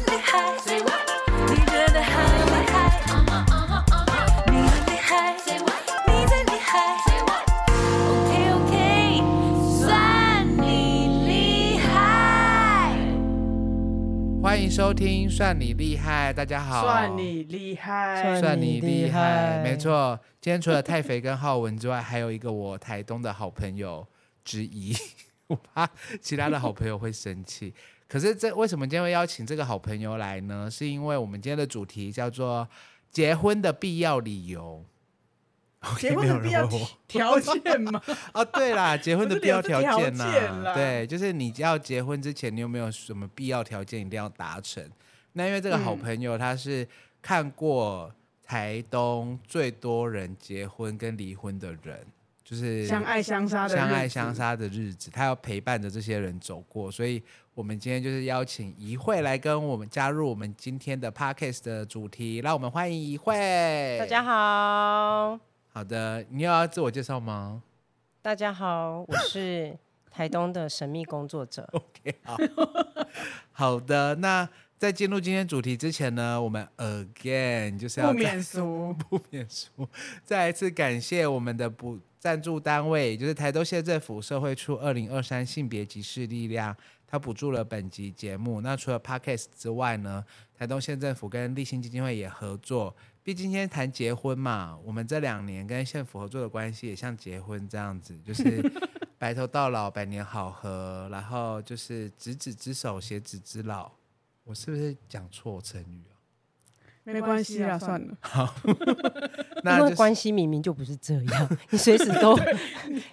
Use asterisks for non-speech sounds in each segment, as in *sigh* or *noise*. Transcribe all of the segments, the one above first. Say what？你真的好厉害，你很厉害，Say what？你最厉害，Say what？OK OK，算你厉害。欢迎收听《算你厉害》，大家好，算你厉害，算你厉害，厉害没错。今天除了太肥跟浩文之外，还有一个我台东的好朋友之一， *laughs* 我怕其他的好朋友会生气。可是这为什么今天会邀请这个好朋友来呢？是因为我们今天的主题叫做“结婚的必要理由结婚的必要 *laughs* 条件吗？”。哦，对啦，结婚的必要条件呐、不是聊条件啦对，就是你要结婚之前，你有没有什么必要条件一定要达成？那因为这个好嗯朋友他是看过台东最多人结婚跟离婚的人，就是相爱相杀的日子相爱相，杀的日子，他要陪伴着这些人走过，所以我们今天就是邀请一慧来跟我们加入我们今天的 podcast 的主题，让我们欢迎一慧。大家好，好的，你有要自我介绍吗？大家好，我是台东的神秘工作 *laughs* 者。好，好的。那在进入今天主题之前呢，我们 again 就是要不再免 *laughs* 俗。不免俗，再一次感谢我们的补赞助单位，也就是台东县政府社会处二零二三性别歧视力量，它补助了本集节目。那除了 Podcast 之外呢，台东县政府跟立新基金会也合作。毕竟今天谈结婚嘛，我们这两年跟县府合作的关系也像结婚这样子，就是 *laughs* 白头到老，百年好合，然后就是执子之手，携子之老。我是不是讲错成语啊？没关系啦，算了。那因就为是关系明明就不是这样， *laughs* 你随时都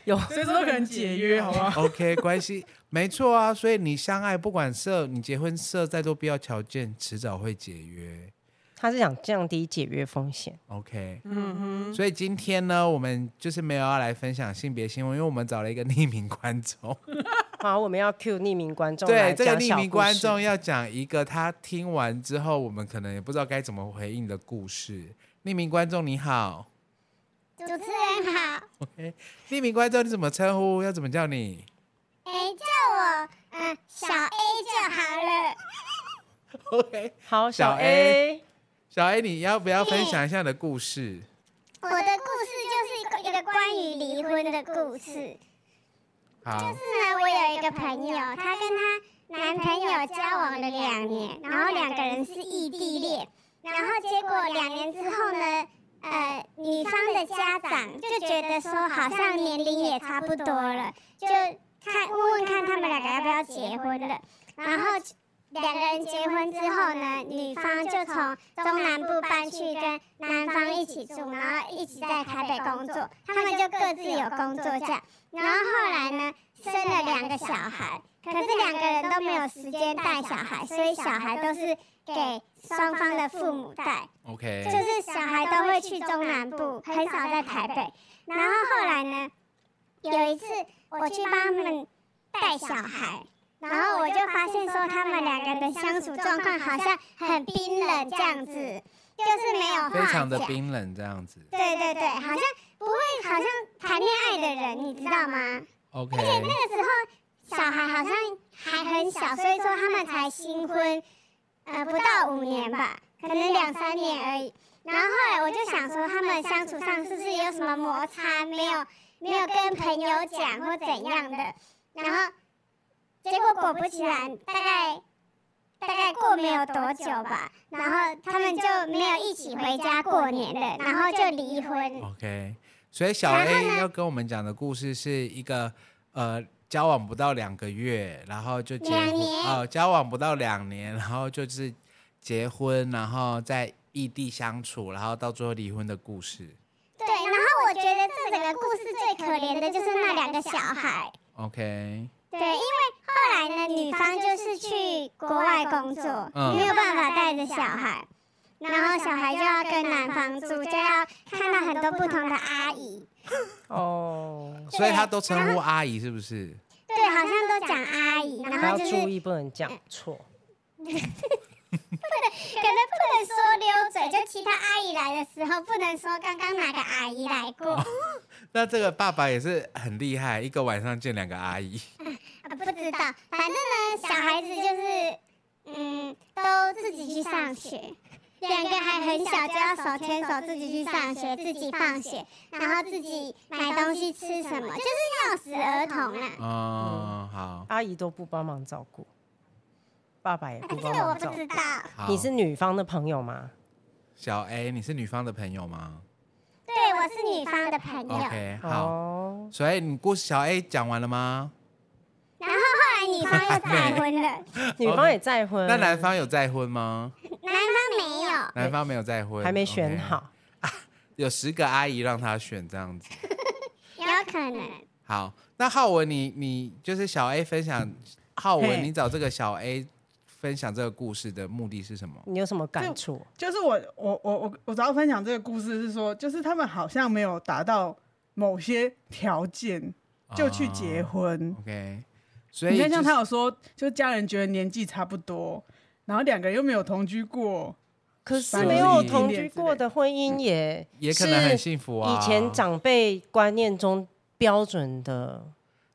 有所以说可能解约，好 *laughs* 吧？OK，关系没错啊，所以你相爱不管设你结婚设再多必要条件，迟早会解约。他是想降低解约风险。 OK，嗯哼，所以今天呢，我们就是没有要来分享性别新闻，因为我们找了一个匿名观众。好，我们要 Q 匿名观众来对，这个讲小匿名观故众事要讲一个他听完之后，我们可能也不知道该怎么回应的故事。匿名观众你好主持人好， ，OK，匿名观众你怎么称呼？要怎么叫 *laughs* 你？哎，叫我嗯小 A 就好了。 OK，好小小 A， *laughs* 小 A，你要不要分享一下你的故事？我的故事就是一个一个关于离婚的故事。好，是呢，我有一个朋友，她跟她男朋友交往了两年，然后两个人是异地恋，然后结果两年之后呢，呃，女方的家长就觉得说好像年龄也差不多了，就看问问看他们两个要不要结婚了，然后。两个人结婚之后呢，女方就从中南部搬去跟男方一起住，然后一起在台北工作，他们就各自有工作这样。然后后来呢，生了两个小孩，可是两个人都没有时间带小孩，所以小孩都是给双方的父母带， ，OK，就是小孩都会去中南部，很少在台北。然后后来呢，有一次我去帮他们带小孩。然后我就发现说，他们两个人的相处状况好像很冰冷这样子，就是没有话非常的讲冰冷这样子。对对对，好像不会，好像谈恋爱的人，你知道吗？ OK，那个时候小孩好像还很小，所以说他们才新婚，呃，不到五年吧，可能两三年而已。然后后来我就想说，他们相处上是不是有什么摩擦，没有没有跟朋友讲或怎样的？然后结果果不其然，大概大概过没有多久吧，然后他们就没有一起回家过年了，然后就离婚。 OK，所以小 A 要跟我们讲的故事是一个呃，交往不到两个月，然后就结两婚，年哦，交往不到两年，然后就是结婚，然后在异地相处，然后到最后离婚的故事。对，然后我觉得这整个故事最可怜的就是那两个小孩。 OK，对，因为后来呢，女方就是去国外工作，嗯没有办法带着小孩，然后小孩就要跟男方住，就要看到很多不同的阿姨，哦，所以他都称呼阿姨是不是？对，好像都讲阿姨，然还要后就是注意不能讲错。可能不能说溜嘴，就其他阿姨来的时候不能说刚刚哪个阿姨来过，啊那这个爸爸也是很厉害，一个晚上见两个阿姨。啊不知道，反正呢，小孩子就是嗯，都自己己去上学，两个还很小就要手牵手自己去上学，自己放学，然后自己买东西吃什么，就是要死儿童啊！嗯，好，阿姨都不帮忙照顾，爸爸也啊不这帮个我忙不照知顾。道，好你是女方的朋友吗？小 A，你是女方的朋友吗对我是女方的朋友，后？OK，好。哦，所以你故事小 A 讲完了吗？来女方 *laughs* 又再婚了，女方也再婚，哦那男方有再婚吗？男方没有。男方没有再婚，嗯还没选嗯 OK 好。有十个阿姨让他选这样子。有可能。好，那浩文你，你就是小 A 分享，浩嘿文，你找这个小 A 分享这个故事的目的是什么？你有什么感触？ *laughs* 就是我我我我我主要分享这个故事是说，就是他们好像没有达到某些条件就去结啊婚。 OK，所以你看，像就是他有说，就家人觉得年纪差不多，然后两个人又没有同居过，可是反没正有是异同地恋居之过类的婚姻也嗯也可能很是幸福啊。以前长辈观念中标准的，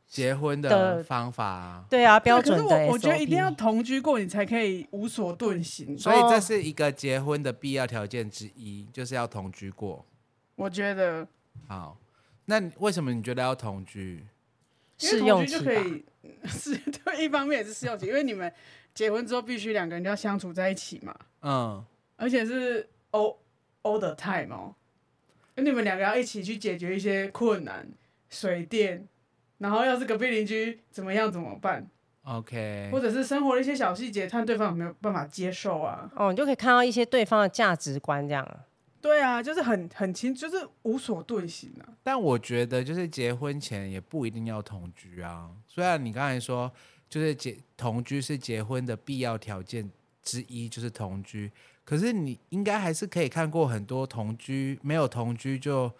结婚的的方法啊，对啊，标对准可的是 SOP。我我觉得一定要同居过，你才可以无所遁形。所以这是一个结婚的必要条件之一，就是要同居过。我觉得好，那你为什么你觉得要同居？因为试同用居期就吧可。以 *laughs* 是对，一方面也是试用期，因为你们结婚之后必须两个人就要相处在一起嘛，嗯，而且是 all all the time 哦，你们两个要一起去解决一些困难，水电，然后要是隔壁邻居怎么样怎么办， OK，或者是生活的一些小细节，看对方有没有办法接受啊？哦，你就可以看到一些对方的价值观这样。对啊，就是很很清，就是无所遁形啊。但我觉得就是结婚前也不一定要同居啊。虽然你刚才说就是结同居是结婚的必要条件之一，就是同居，可是你应该还是可以看过很多同居没有同居就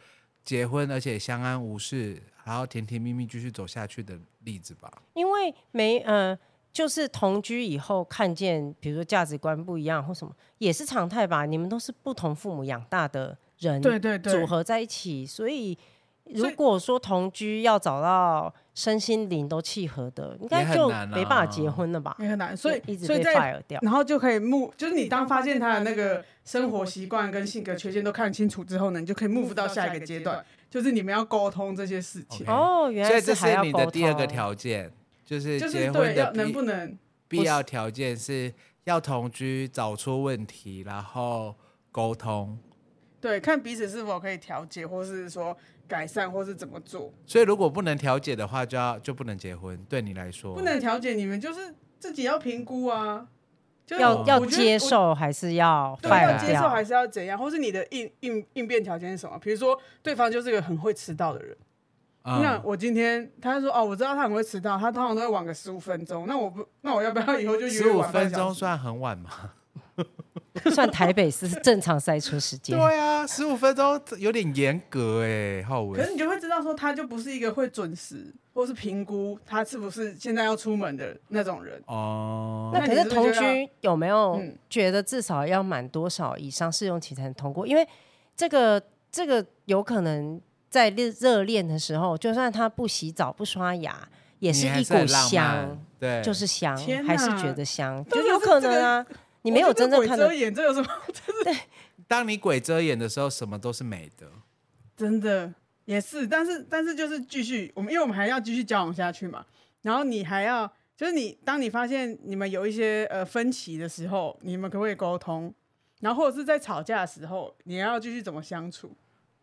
结婚，而且相安无事，然后甜甜蜜蜜继续走下去的例子吧。因为没呃，就是同居以后看见，比如说价值观不一样或什么，也是常态吧。你们都是不同父母养大的人，对对对组合在一起，所以所如以果说同居要找到身心灵都契合的，应也该很就难啊没办法结婚了吧？也很难，所以一直所以被在 fire 掉。然后就可以 move，就是你当发现他的那个生活习惯跟性格缺陷都看清楚之后呢，你就可以 move 到下一个阶段，就是你们要沟通这些事情 OK 哦，原所来以这还要你沟的通。第二个条件，就是就是结对婚的要必能不能必要条件是要同居，找出问题，然后沟通。对看彼此是否可以调节，或是说改善，或是怎么做。所以如果不能调解的话，就要就不能结婚。对你来说，不能调节，你们就是自己要评估啊，就是要我要我觉得接我受还是要对，要 fire 接受还掉？是要怎样，或是你的应应应变条件是什么？比如说，对方就是一个很会迟到的人，嗯那我今天他说哦，我知道他很会迟到，他通常都会晚个十五分钟，那我不，那我要不要以后就十约五晚半分小时钟？算很晚吗？ *laughs* 算台北市是正常塞车时 *laughs* 间。对啊， *laughs* 十五分钟有点严格哎、浩可是文。你就会知道说，他就不是一个会准时，或是评估他是不是现在要出门的那种人。哦，那那可你是是不是同就要居有没有嗯觉得至少要满多少以上试用期才能通过？因为这个这个有可能在热热恋的时候，就算他不洗澡不刷牙，也你是还一很股浪漫香，，对，就是香，天还是哪觉得香，这就个有是可这能个啊。你你没有真正看得遮掩，这有什么？当你鬼遮眼的时候，什么都是美的。 *laughs* 真的也是，但是但是就是继续，我们因为我们还要继续交往下去嘛。然后你还要，就是你当你发现你们有一些呃分歧的时候，你们可不可以沟通？然后或者是在吵架的时候，你要继续怎么相处？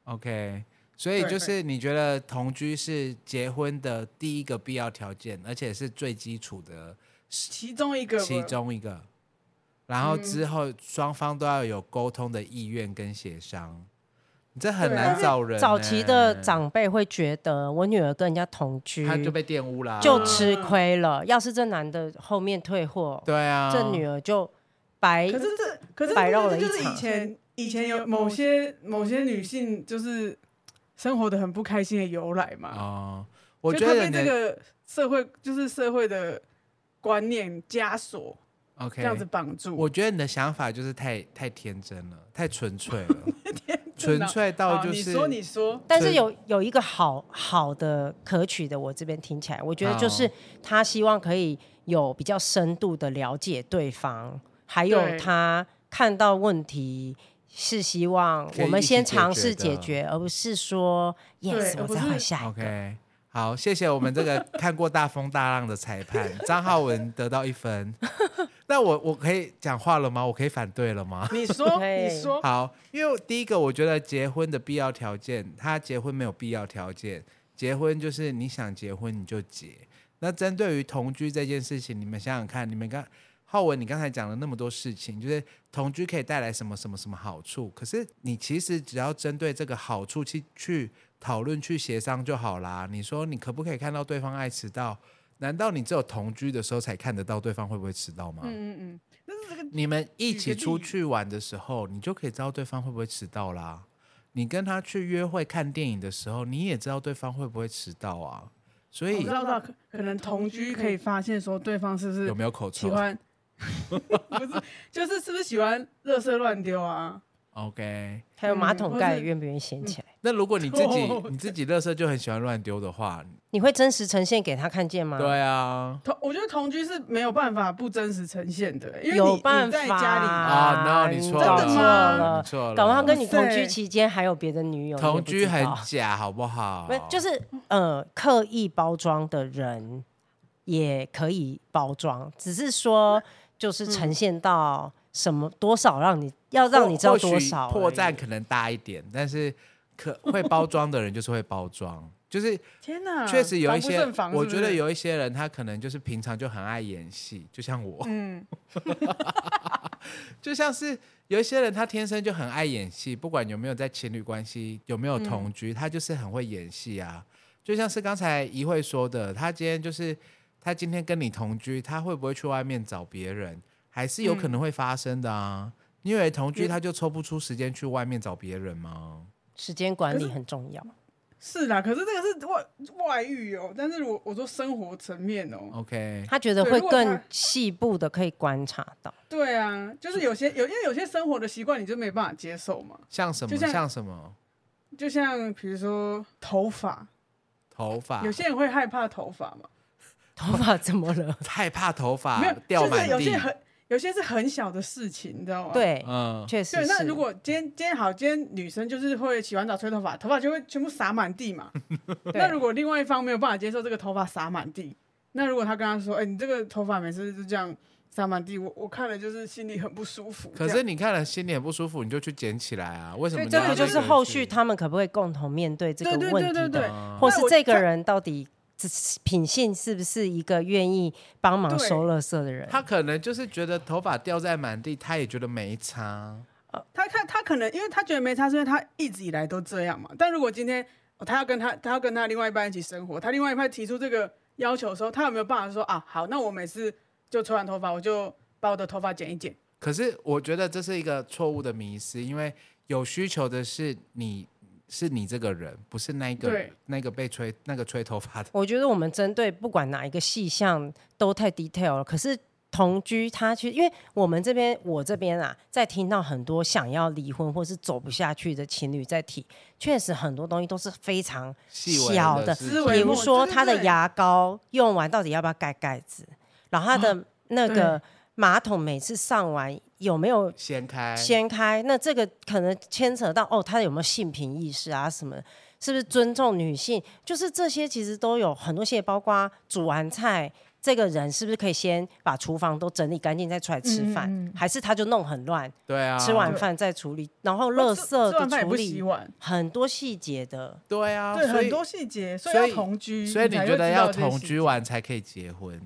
OK，所以对就是你觉得同居是结婚的第一个必要条件，而且是最基础的其中一个其中一个。然后嗯之后双方都要有沟通的意愿跟协商，你这很对啊难找人、欸。早期的长辈会觉得我女儿跟人家同居他就被玷污啦、啊嗯就吃亏了，要是这男的后面退货，对啊，这女儿就白可是这可是摆这弄个了一就是以场前以前有某些某些女性就是生活的很不开心的由来嘛。哦，我就觉她得被这你个社会就是社会的观念枷锁这 OK，样子绑住。我觉得你的想法就是太太天真了，太纯粹 *laughs* 了，真的纯粹到好就你是说你说，但所是以有有一个好好的可取的，我这边听起啊来，我觉得好就是他希望可以有比较深度的了解对方，还有对他看到问题是希望可以我们一起先解尝决试解的决，而不是说 yes 而我不再换是下一个。 OK，好，谢谢我们这 *laughs* 个看过大风大浪的裁判张浩文得到一分。 *laughs* 那我我可以讲话了吗？我可以反对了吗？你说， *laughs* 对你说，好，因为第一个，我觉得结婚的必要条件，他结婚没有必要条件，结婚就是你想结婚你就结。那针对于同居这件事情，你们想想看，你们刚浩文，你刚才讲了那么多事情，就是同居可以带来什么什么什么好处，可是你其实只要针对这个好处去去讨论、去协商就好啦。你说你可不可以看到对方爱迟到？难道你只有同居的时候才看得到对方会不会迟到吗？嗯嗯嗯，但是这个你们一举起个出例去玩的时候，你就可以知道对方会不会迟到啦。你跟他去约会看电影的时候，你也知道对方会不会迟到啊。所我以知道到可可能同居可以发现说对方是不哦是有没有口喜臭欢， *laughs* 不是，就是是不是喜欢垃圾乱丢啊？ ？OK。还有马嗯桶或盖是嗯愿不愿意掀起来？那如果你 *laughs* 自己臭你自己垃圾就很喜欢乱丢的话，嗯你会真实呈现给他看见吗？对啊。同我觉得同居是没有办法不真实呈现的，因为有你办你法在家啊，no，你错搞了错你错了搞不好跟你哇塞同居期间还有别的女友，同居很不假，好不哦好？就是呃刻意包装的人也可以包装，只是说嗯就是呈现到什么多少让你要让你知道或多少或许破绽而已可能大一点，但是可会包装的人就是会包装，就是里，天哪，确实有一嗯防不些胜，防我是不觉得是，有一些人他可能就是平常就很爱演戏，就像我，嗯， *laughs* 就像是有一些人他天生就很爱演戏，不管有没有在情侣关系，有没有嗯同居，他就是很会演戏啊。就像是刚才一慧说的，他今天就是他今天跟你同居，他会不会去外面找别人，还是有可能会发生的啊。你以为同居嗯也他就抽不出时间去外面找别人吗？时间管理很重要。是啦，可是这个是外外遇哦，但是我我说生活层面哦， OK，他觉得对会如果更他细部的可以观察到，对啊，就是有些有因为有些生活的习惯你就没办法接受嘛，像什么就像像什么就像比如说头发，头发，有些人会害怕头发嘛，头发怎 *laughs* 么了？害怕头发没啊掉有，就满是有地些。很有些是很小的事情，你知道吗？。对，嗯，确实对，是。那如果今天今天好，今天女生就是会洗完澡吹头发，头发就会全部洒满地嘛。那如果另外一方没有办法接受这个头发洒满地，那如果他跟他说：“哎、你这个头发每次就这样洒满地，我我看了就是心里很不舒服。这可样”是你看了心里很不舒服，你就去捡起来啊？为什所么以你这要个让就那是人去？后续他们可不可以共同面对这个对对问对题对的对，或那是我这个他人到底这品性是不是一个愿意帮忙对收垃圾的人？他可能就是觉得头发掉在满地，他也觉得没差。他看他可能因为他觉得没差，是因为他一直以来都这样嘛。但如果今天、哦他要跟他他要跟他另外一半一起生活，他另外一半提出这个要求的时候，他有没有办法说啊好，那我每次就吹完头发我就把我的头发剪一剪？可是我觉得这是一个错误的迷思，因为有需求的是你，是你这个人，不是那一个对那个被吹那个吹头发的。我觉得我们针对不管哪一个细项都太 detail 了，可是。同居，他去，因为我们这边，我这边啊，在听到很多想要离婚或是走不下去的情侣在提，确实很多东西都是非常细微小的的事思情维比模如式说对他的对牙膏用完到底要不要盖盖子，然后他的那个马桶每次上完有没有掀开，掀开？那这个可能牵扯到哦，他有没有性平意识啊？什么是不是尊重女性？就是这些其实都有很多些，包括煮完菜。这个人是不是可以先把厨房都整理干净再出来吃饭，嗯还是他就弄很乱，对啊，吃完饭再处理，然后垃圾吃完的饭也处不洗理，哦碗，很多细节的。对啊，对，所以很多细节，所以所要以同居，所以你才觉会得知道要这些同细居节完才可以结婚？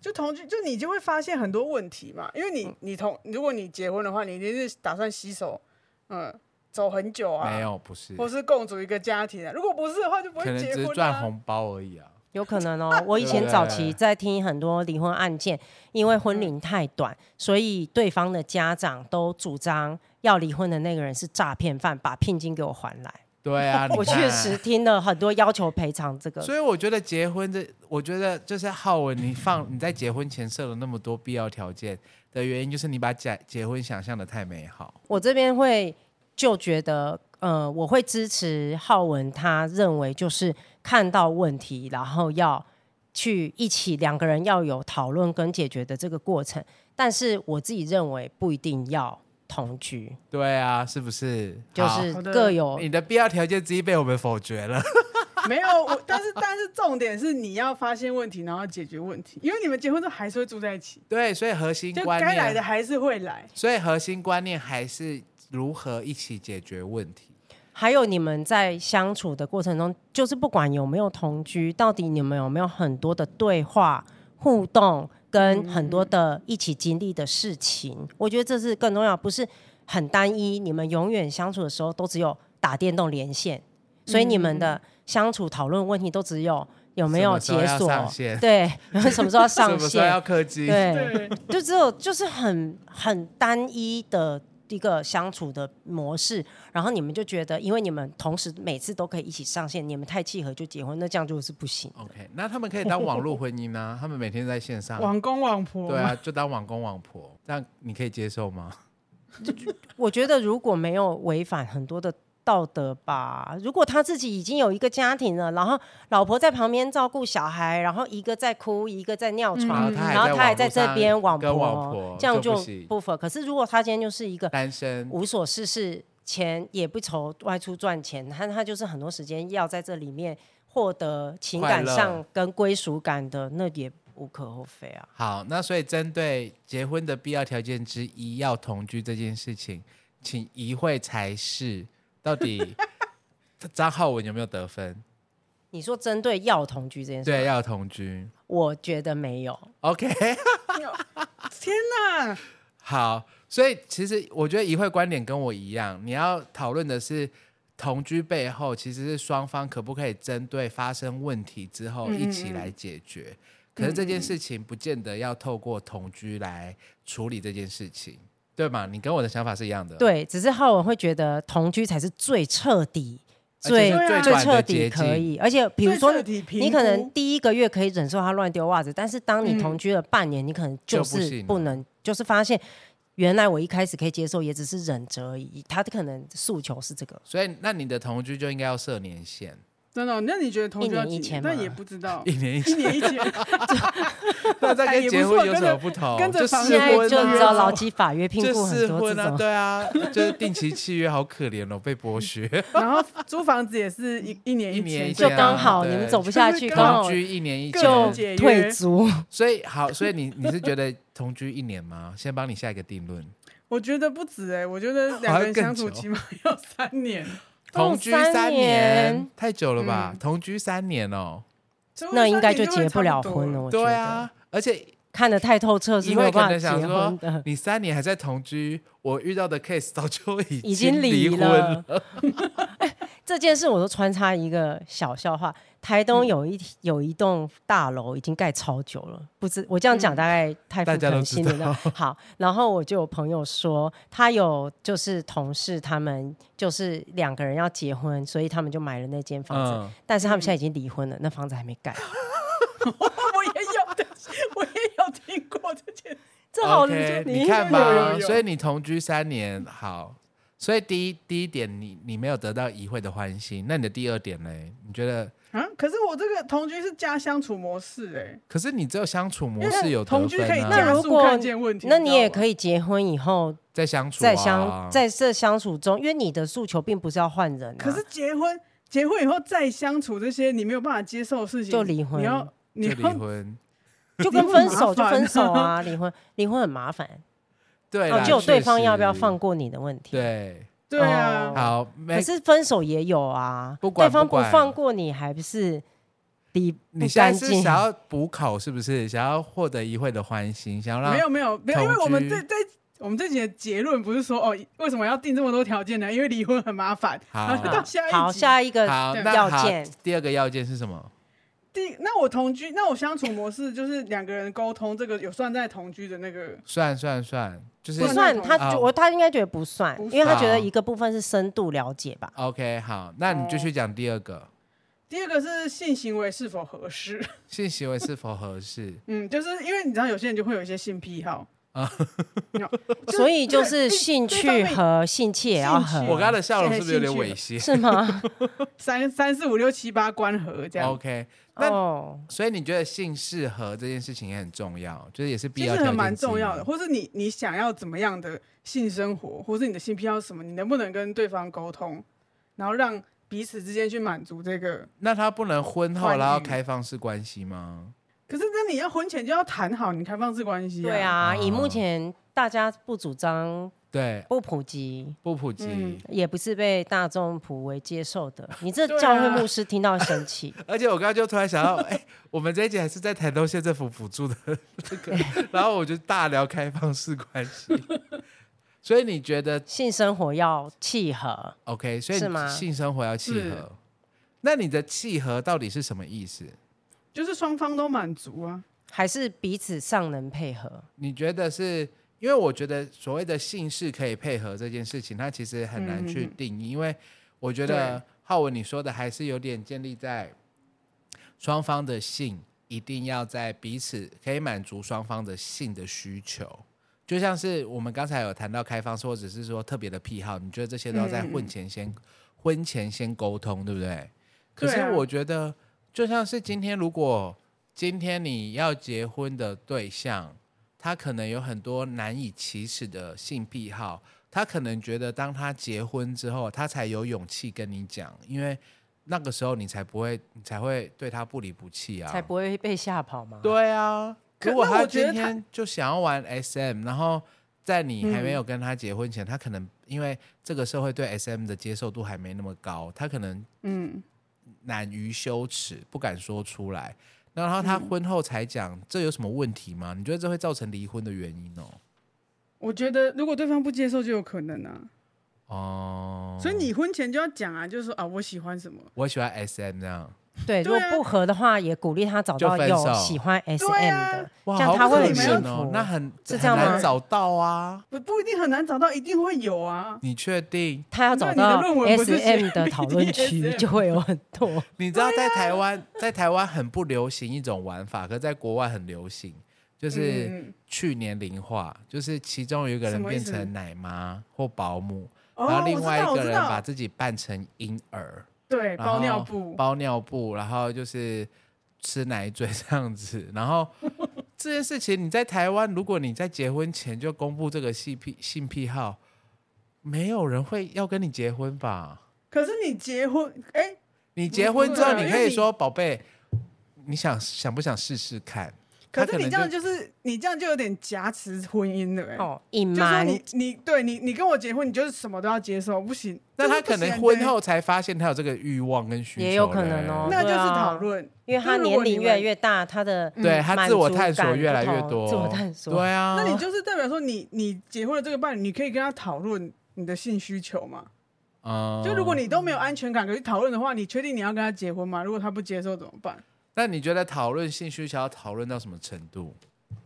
就同居，就你就会发现很多问题嘛，因为嗯你你同如果你结婚的话，你一定是打算洗手，嗯，走很久啊，没，有，不是，或可是共组一个家庭啊，如果不是的话就不会能结只婚是啊。赚红包而已啊。有可 *laughs* 能哦，我以前早期在听很多离婚案件，因为嗯婚龄太短，所以对方的家长都主张要离婚的那个人是诈骗犯，把聘金给我还来。对 *laughs* 啊，你我看确实听了很多要求赔偿这 *laughs* 个，所以我觉得结婚这，我觉得就是浩文，你放你在结婚前设了那么多必要条件的原因，就是你把结结婚想象的太美好。我这边会就觉得，呃，我会支持浩文，他认为就是看到问题，然后要去一起两个人要有讨论跟解决的这个过程。但是我自己认为不一定要同居，对啊，是不是？就好是好的各有你的必要条件之一被我们否决了。 *laughs* 没有我，但是但是重点是你要发现问题，然后解决问题，因为你们结婚之后还是会住在一起，对，所以核心就观该来的念，还是会来。所以核心观念还是如何一起解决问题。还有你们在相处的过程中，就是不管有没有同居，到底你们有没有很多的对话、互动，跟很多的一起经历的事情，我觉得这是更重要，不是很单一。你们永远相处的时候都只有打电动连线，所以你们的相处讨论问题都只有有没有嗯什么解时候要锁上线，对，什么时候 *laughs* 要什上么时候要线，氪金？对，对，就只有就是很很单一的一个相处的模式，然后你们就觉得，因为你们同时每次都可以一起上线，你们太契合就结婚，那这样就是不行。 OK，那他们可以当网络婚姻 *laughs* 啊，他们每天在线上，网公网婆，对啊，就当网公网婆，这样你可以接受吗？我觉得如果没有违反很多的道德吧，如果他自己已经有一个家庭了，然后老婆在旁边照顾小孩，然后一个在哭，一个在尿嗯床，他还然后他还在这边网网络上跟婆，网婆这样就就不行不符合。可是如果他今天就是一个单身，无所事事，钱也不愁外出赚钱，他他就是很多时间要在这里面获得情感快上乐跟归属感的，那也无可厚非啊。好，那所以针对结婚的必要条件之一要同居这件事情，请一会才是到底张浩文有没有得分？你说针对要同居这件事，对，，要同居。我觉得没有。 OK，天哪，好，所以其实我觉得一会观点跟我一样，你要讨论的是同居背后其实是双方可不可以针对发生问题之后一起来解决。可是这件事情不见得要透过同居来处理这件事情，对吗？你跟我的想法是一样的。对，只是浩文会觉得同居才是最彻底、而且最是最最短的彻捷径底可以，而且比如说最彻底评你可能估第一个月可以忍受他乱丢袜子，但是当你嗯同居了半年，你可能就就不是行不了能，就是发现原来我一开始可以接受，也只是忍着而已。他可能诉求是这个，所以，那你的同居就应该要设年 *laughs* 限，真的哦？那你觉得同居要几一年一千那嘛也不知道 *laughs* 一，年一一次。年一千，那这跟结婚有什么不同？跟着就房试现在婚就啊你知道劳基法约聘就过试很多婚这啊，种。对啊， *laughs* 就是定期契约，好可怜哦，被剥削。然后租房子也是一一年一年一千， *laughs* 就千刚好对你们走不下就是去，刚刚 *laughs* 同好居一年一各就种签，解约退租。所以好，所以你你是觉得同居一年吗？先帮你下一个定论，我觉得不止哎、我觉得两个人相处起码要三 *laughs* 年，哦同居三三嗯年太久了吧？同居三年哦，那应该就结不了婚了，。我觉得。对啊，而且看得太透彻是因没为有可办能法想结婚说的，，你三年还在同居，我遇到的 case 早就已已经离离婚了。 *laughs* 哎这件事我都穿插一个小笑话。台嗯东有一、有一栋大楼已经盖超久了，不知我这样讲大概太嗯大不家都可知心道里了。 *laughs* 好，然后我就有朋友说，他有就是同事他们就是两个人要结婚，所以他们就买了那间房子，嗯但是他们现在已经离婚了，那房子还没盖。 *laughs* 我也有的，我也有听过这件事。这好 OK，你你看有吧有，有所以你同居三年，好，所以第一第一点你，你没有得到怡慧的欢心，那你的第二点呢？你觉得？啊！可是我这个同居是加相处模式哎、可是你只有相处模式有得同居可以分加啊，那速如果看见问题，那你也可以。以结婚以后在相处、啊，在相在这相处中，因为你的诉求并不是要换人、啊，可是结婚结婚以后再相处这些你没有办法接受的事情，就离婚你要你就要离婚， *laughs* 就跟分手你很就麻烦分手啊，离婚离婚很麻烦，对啦，哦，就有对方确实要不要放过你的问题。对， *laughs* 对啊，哦好，没可是分手也有啊，不管对方不管放过你，还不是离不你现干在是净？想要补考是不是？想要获得一会的欢心，想要让没有没有没有，同因为我们居这这我们这集的结论不是说哦，为什么要定这么多条件呢？因为离婚很麻烦。好然后就到下一集。*laughs* 好，下一个好，对那要好件，第二个要件是什么？第那我同居，那我相处模式就是两个人沟通，这个有算在同居的那个。算算算，就是不不算，算他同觉好我他应该觉得不算不，因为他觉得算一个部分是深度了解吧。 OK，好，那你继续讲第二个。第二个是性行为是否合适， *laughs* 性行为是否合适？嗯，就是因为你知道有些人就会有一些性癖好，所以就是兴趣和性器也要兴趣合，我刚刚的笑容现在是不是有点兴猥趣亵了是吗？三三四五六七八关合这样， ？OK，那哦，所以你觉得性适合这件事情也很重要，就是也是必其要实条还件蛮之重要一的。。或是你你想要怎么样的性生活，或是你的性癖好是什么，你能不能跟对方沟通，然后让彼此之间去满足这个。那他不能婚后欢愉然后开放式关系吗？可是那你要婚前就要谈好你开放式关系、对，哦啊，以目前大家不主张、对，不普及，不普及，嗯也不是被大众普为接受的，你这对啊教会牧师听到生气， *laughs* 而且我刚刚就突然想到，哎、我们这一集还是在台东县政府补 *laughs* 助的这个，然后我就大聊开放式关 *laughs* 系。所以你觉得性生活要契合。 OK？所以是你吗性生活要契是合。那你的契合到底是什么意思？就是双方都满足啊。还是彼此尚能配合，你觉得是？因为我觉得所谓的姓氏可以配合这件事情，它其实很难去嗯嗯定义，因为我觉得对浩文你说的还是有点建立在双方的性一定要在彼此可以满足双方的性的需求。就像是我们刚才有谈到开放式，或者是说特别的癖好，你觉得这些都要在嗯嗯嗯婚前先、婚前先沟通，对不对？可对是啊我觉得，就像是今天，如果今天你要结婚的对象，他可能有很多难以启齿的性癖好，他可能觉得当他结婚之后，他才有勇气跟你讲，因为那个时候你才不会，你才会对他不离不弃啊，才不会被吓跑吗？对啊，可如果那他我觉今得他嗯天就想要玩 SM，然后在你还没有跟他结婚前，他可能因为这个社会对 SM 的接受度还没那么高，他可能嗯，难于羞耻，不敢说出来。然后他婚后才讲，这有什么问题吗？你觉得这会造成离婚的原因哦？我觉得如果对方不接受就有可能啊。哦，所以你婚前就要讲啊，就是说啊，我喜欢什么。我喜欢 SM 这样，对，如对果啊不合的话，也鼓励他找就到分有手喜欢 SM 对啊的，哇，这样好他会可很怜幸怜哦福。。那很是这样很吗难找到啊？不不一定很难找到，一定会有啊。你确定？他要那找你的到论文不是 S 写 M 的讨论区， BDSM 就会有很多。你知道在台湾，啊在台湾很不流行一种玩法，可是在国外很流行，就是嗯去年龄化，就是其中有一个人什么意变思成奶妈或保姆，哦然后另外一我个知人道我知道把自己扮成婴儿，对，然包后尿布。包尿布，然后就是吃奶嘴这样子， *laughs* 然后。这件事情，你在台湾，如果你在结婚前就公布这个性癖性癖好，没有人会要跟你结婚吧？可是你结婚，哎、你结婚之后，不会啊你可以说：“宝贝，你想想不想试试看？”他可是可你能这样就就是你这样就有点挟持婚姻了、哎、哦，就隐是说瞒你你对你你跟我结婚，你就是什么都要接受，不行。那就他是不可行能婚对后才发现他有这个欲望跟需求嘞，也有可能哦那就是对啊讨论，因为他那如果年你龄们越来越大，他的对他嗯满自我足探索感越不来越同多，自我探索。对啊，那你就是代表说你，你结婚的这个伴侣，你可以跟他讨论你的性需求嘛？嗯就如果你都没有安全感可以讨论的话，你确定你要跟他结婚吗？如果他不接受怎么办？那你觉得讨论性需求要讨论到什么程度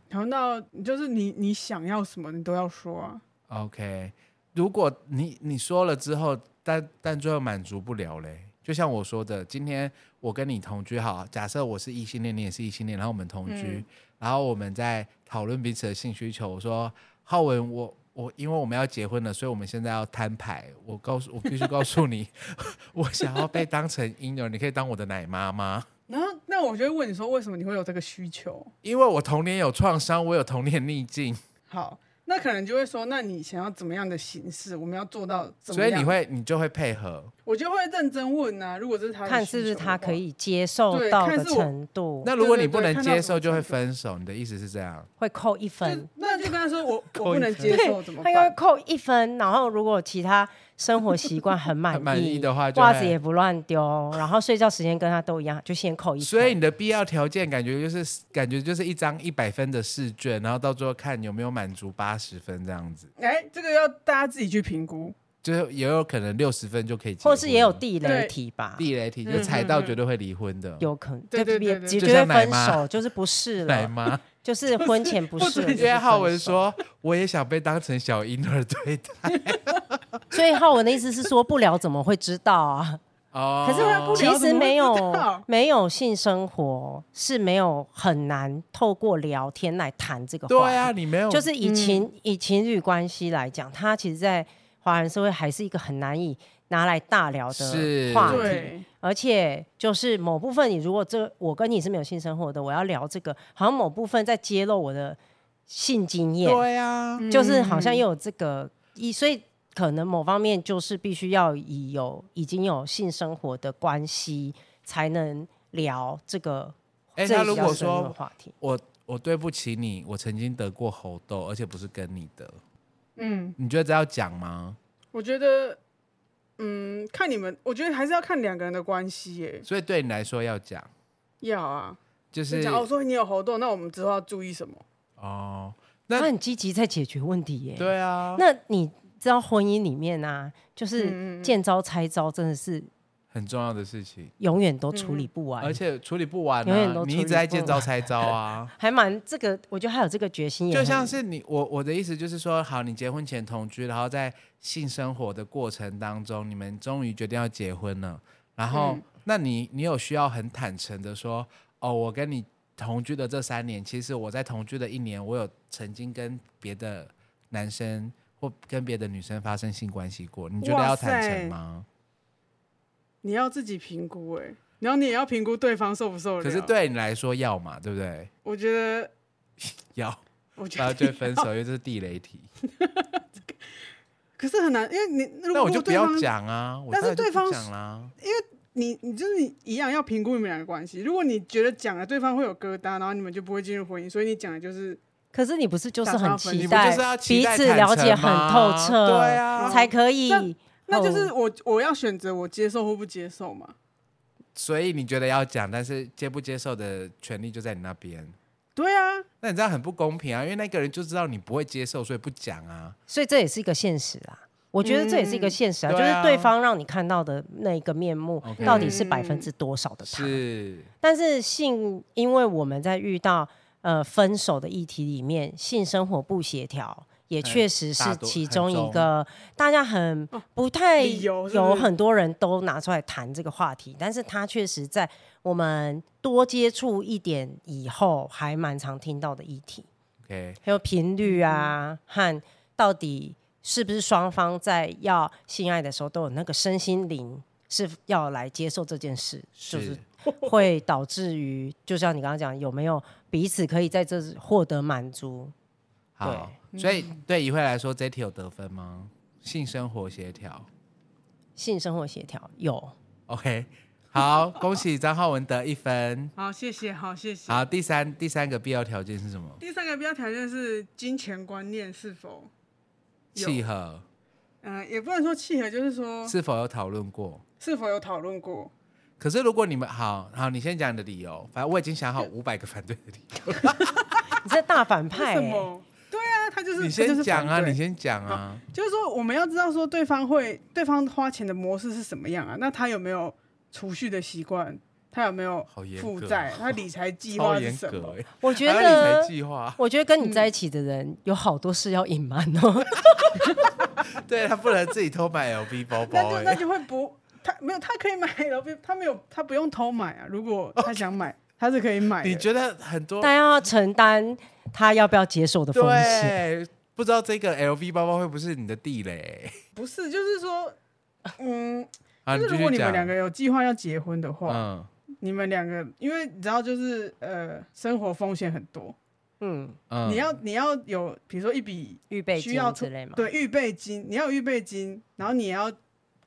然后到就是你你想要什么，你都要说啊。 ？OK，如果你你说了之后，但但最后满足不了嘞，就像我说的，今天我跟你同居好，假设我是异性恋，你也是异性恋，然后我们同居，嗯然后我们在讨论彼此的性需求。我说浩文，我我因为我们要结婚了，所以我们现在要摊牌。我告诉我必须告诉你， *laughs* 我想要被当成婴儿，你可以当我的奶妈吗？然后那我就会问你说，为什么你会有这个需求？因为我童年有创伤，我有童年逆境，好，那可能就会说，那你想要怎么样的形式？我们要做到怎么所样？以你，会你就会配合。我就会认真问啊。如果这是他的看需是不是求的他话可，以接受对到看的是我程度，那如果你对对不能看到接什么受，就会程度分手。你的意思是这样？会扣一分就。那就跟他说 *laughs* 我我一不能分接对受怎么他办？应该会扣一分，然后如果其他生活习惯很满意很满意的话就袜子会也不乱丢，然后睡觉时间跟他都一样，就先扣一分。所以你的必要条件感觉就是感觉就是一张一百分的试卷，然后到最后看有没有满足八十分这样子，哎、这个要大家自己去评估。就是也有可能六十分就可以结婚或了，是也有地雷对题吧，地雷题，就踩到绝对会离婚的，有可能对对对也对也就绝对像奶分妈手，就是不是奶 *laughs* 了，妈。就是婚前不不是了。准就是约浩文分手，说，我也想被当成小婴儿对待。 *laughs* 所以浩文的意思是说，不聊怎么会知道啊？哦，可对啊不其聊怎实么会没知有道没有性生活是没有很难透过聊天来谈这个话题。对啊，你没有，就是以情、以情侣关系来讲，它其实，在华人社会还是一个很难以拿来大聊是的话题。对，而且就是某部分，你如果这我跟你是没有性生活的，我要聊这个，好像某部分在揭露我的性经验，对啊，就是好像又有这个一，所以可能某方面就是必须要以有已经有性生活的关系，才能聊这个。哎这那比如较果深入说的话题，我我对不起你，我曾经得过猴痘，而且不是跟你得，嗯，你觉得这要讲吗？我觉得，嗯，看你们，我觉得还是要看两个人的关系耶。所以对你来说要讲，要啊，就就是假如说你有猴痘，那我们之后要注意什么？哦，他那很积极在解决问题耶。对啊，那你知道婚姻里面啊，嗯就嗯是嗯见招拆招，真的是很重要的事情，永远都处理不完，嗯而且处理不完永远啊都，你处一理直在不见招完拆招 *laughs* 啊。还蛮这个，我觉得还有这个决心也就很，像是你我我的意思就是说，好，你结婚前同居，然后在性生活的过程当中，你们终于决定要结婚了，然后、嗯那你你有需要很坦诚的说，哦，我跟你同居的这三年，其实我在同居的一年，我有曾经跟别的男生或跟别的女生发生性关系过，你觉得哇要坦诚塞吗？你要自己评估哎，然后你也要评估对方受不受得了。可是，对你来说要嘛，对不对？我觉得， *laughs* 要，我觉然后得就会分手，因为这是地雷题。可是很难，因为你如那果我就不对要方讲啊，我但是当然就对不方讲啦。你你就是你一样要评估你们两个关系。如果你觉得讲了对方会有疙瘩，然后你们就不会进入婚姻，所以你讲的就是可是你不是就是打招很呼期你不就待是要期彼待此坦了解诚很吗透彻，对啊才可以那。那就是哦我我要选择我接受或不接受嘛。所以你觉得要讲，但是接不接受的权利就在你那边。对啊，那你这样很不公平啊，因为那个人就知道你不会接受，所以不讲啊。所以这也是一个现实啊。我觉得这也是一个现实啊，嗯就对是啊对方让你看到的那一个面目 OK，到底是嗯百分之多少的他。是，但是性，因为我们在遇到呃分手的议题里面，性生活不协调。也确实是大多其中一个大家很不太哦理由是不是有很多人都拿出来谈这个话题，但是它确实在我们多接触一点以后，还蛮常听到的议题。 OK，还有频率嗯啊，和到底是不是双方在要性爱的时候都有那个身心灵是要来接受这件事，就是是会导致于，就像你刚刚讲，有没有彼此可以在这获得满足？好。嗯所以对一慧来说，这题有得分吗？性生活协调性生活协调有， ，OK，好， *laughs* 恭喜张浩文得一分。好，谢谢，好，谢谢。好，第三第三个必要条件是什么？第三个必要条件是金钱观念是否，有契合，嗯、也不能说契合，就是说是否有讨论过？是否有讨论过。可是如果你们好好，你先讲你的理由，反正我已经想好五百个反对的理由。你这大反为派、什欸，么？对啊，他 *laughs* 就是你他就先是讲啊，反对哦你先讲啊。就是说我们要知道说对方会对方花钱的模式是什么样啊？那他有没有储蓄的习惯？他有没有好严格负债？他理财计超划是严什么格？欸， *laughs* 我觉还有理财得。计划，我觉得嗯跟你在一起的人有好多事要隐瞒哦，对他不能自己偷买 LV 包那包就哎、那就会不他没有他可以买 LV，他没有他不用偷买啊。如果他想买， *laughs* 他是可以买的。你觉得很多但要承担他要不要接受的风险。对，不知道这个 LV 包包会不是你的地雷？欸不是？就是说，嗯，啊，就是继如果续你讲。们两个有计划要结婚的话，嗯你们两个因为你知道就是呃生活风险很多，嗯，嗯，你要你要有比如说一笔预备需金要之出类嘛。对，预备金，你要有预备金，然后你也要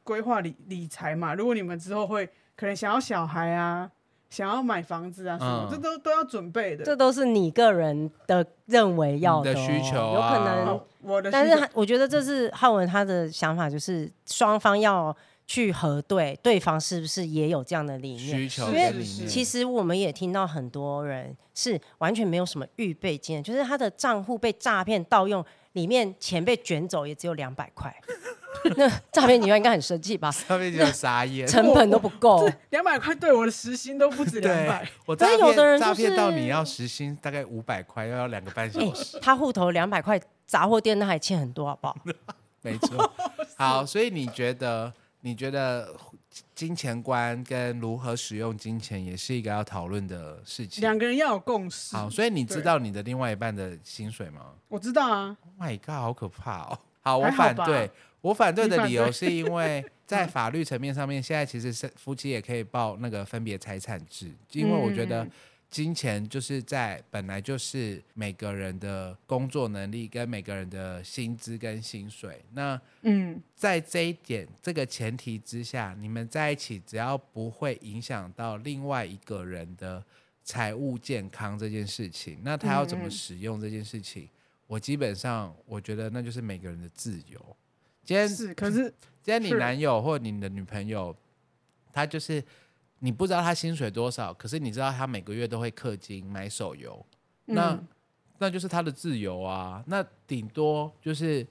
规划理理财嘛。如果你们之后会可能想要小孩啊，想要买房子啊什么，嗯这都都要准备的。这都是你个人的认为要的,、哦、你的需求有啊可能哦。我的需求，但是他我觉得这是浩文他的想法，就是双方要去核对对方是不是也有这样的理念。需求因跟为理念其 *laughs* 实我们也听到很多人是完全没有什么预备金的，就是他的账户被诈骗盗用，里面钱被卷走也只有两百块。 *laughs* 那诈骗集团应该很生气吧？他们就 *laughs* 傻眼。成本都不够，两百块对我的时薪都不止两对百，，我可诈是骗有的人就诈骗到是你要时薪大概五百块，要要两个半小哎时，他户头两百块，杂货店那还欠很多，好不好？没错。好，所以你觉得你觉得金钱观跟如何使用金钱也是一个要讨论的事情。两个人要有共识。好，所以你知对道你的另外一半的薪水吗我知道啊， ？Oh my god，好可怕哦！好，我还好反吧对，我反对你的反理由对是因为在法律层面上面，现在其实是夫妻也可以报那个分别财产制，因为我觉得嗯金钱就是在本来就是每个人的工作能力跟每个人的薪资跟薪水，那嗯，在这一点这个前提之下，你们在一起只要不会影响到另外一个人的财务健康这件事情，那他要怎么嗯使用这件事情，我基本上我觉得那就是每个人的自由。今天是，可是今天你是男友或你的女朋友，他就是你不知道他薪水多少，可是你知道他每个月都会氪金买手游，那、嗯那就是他的自由啊。那顶多就是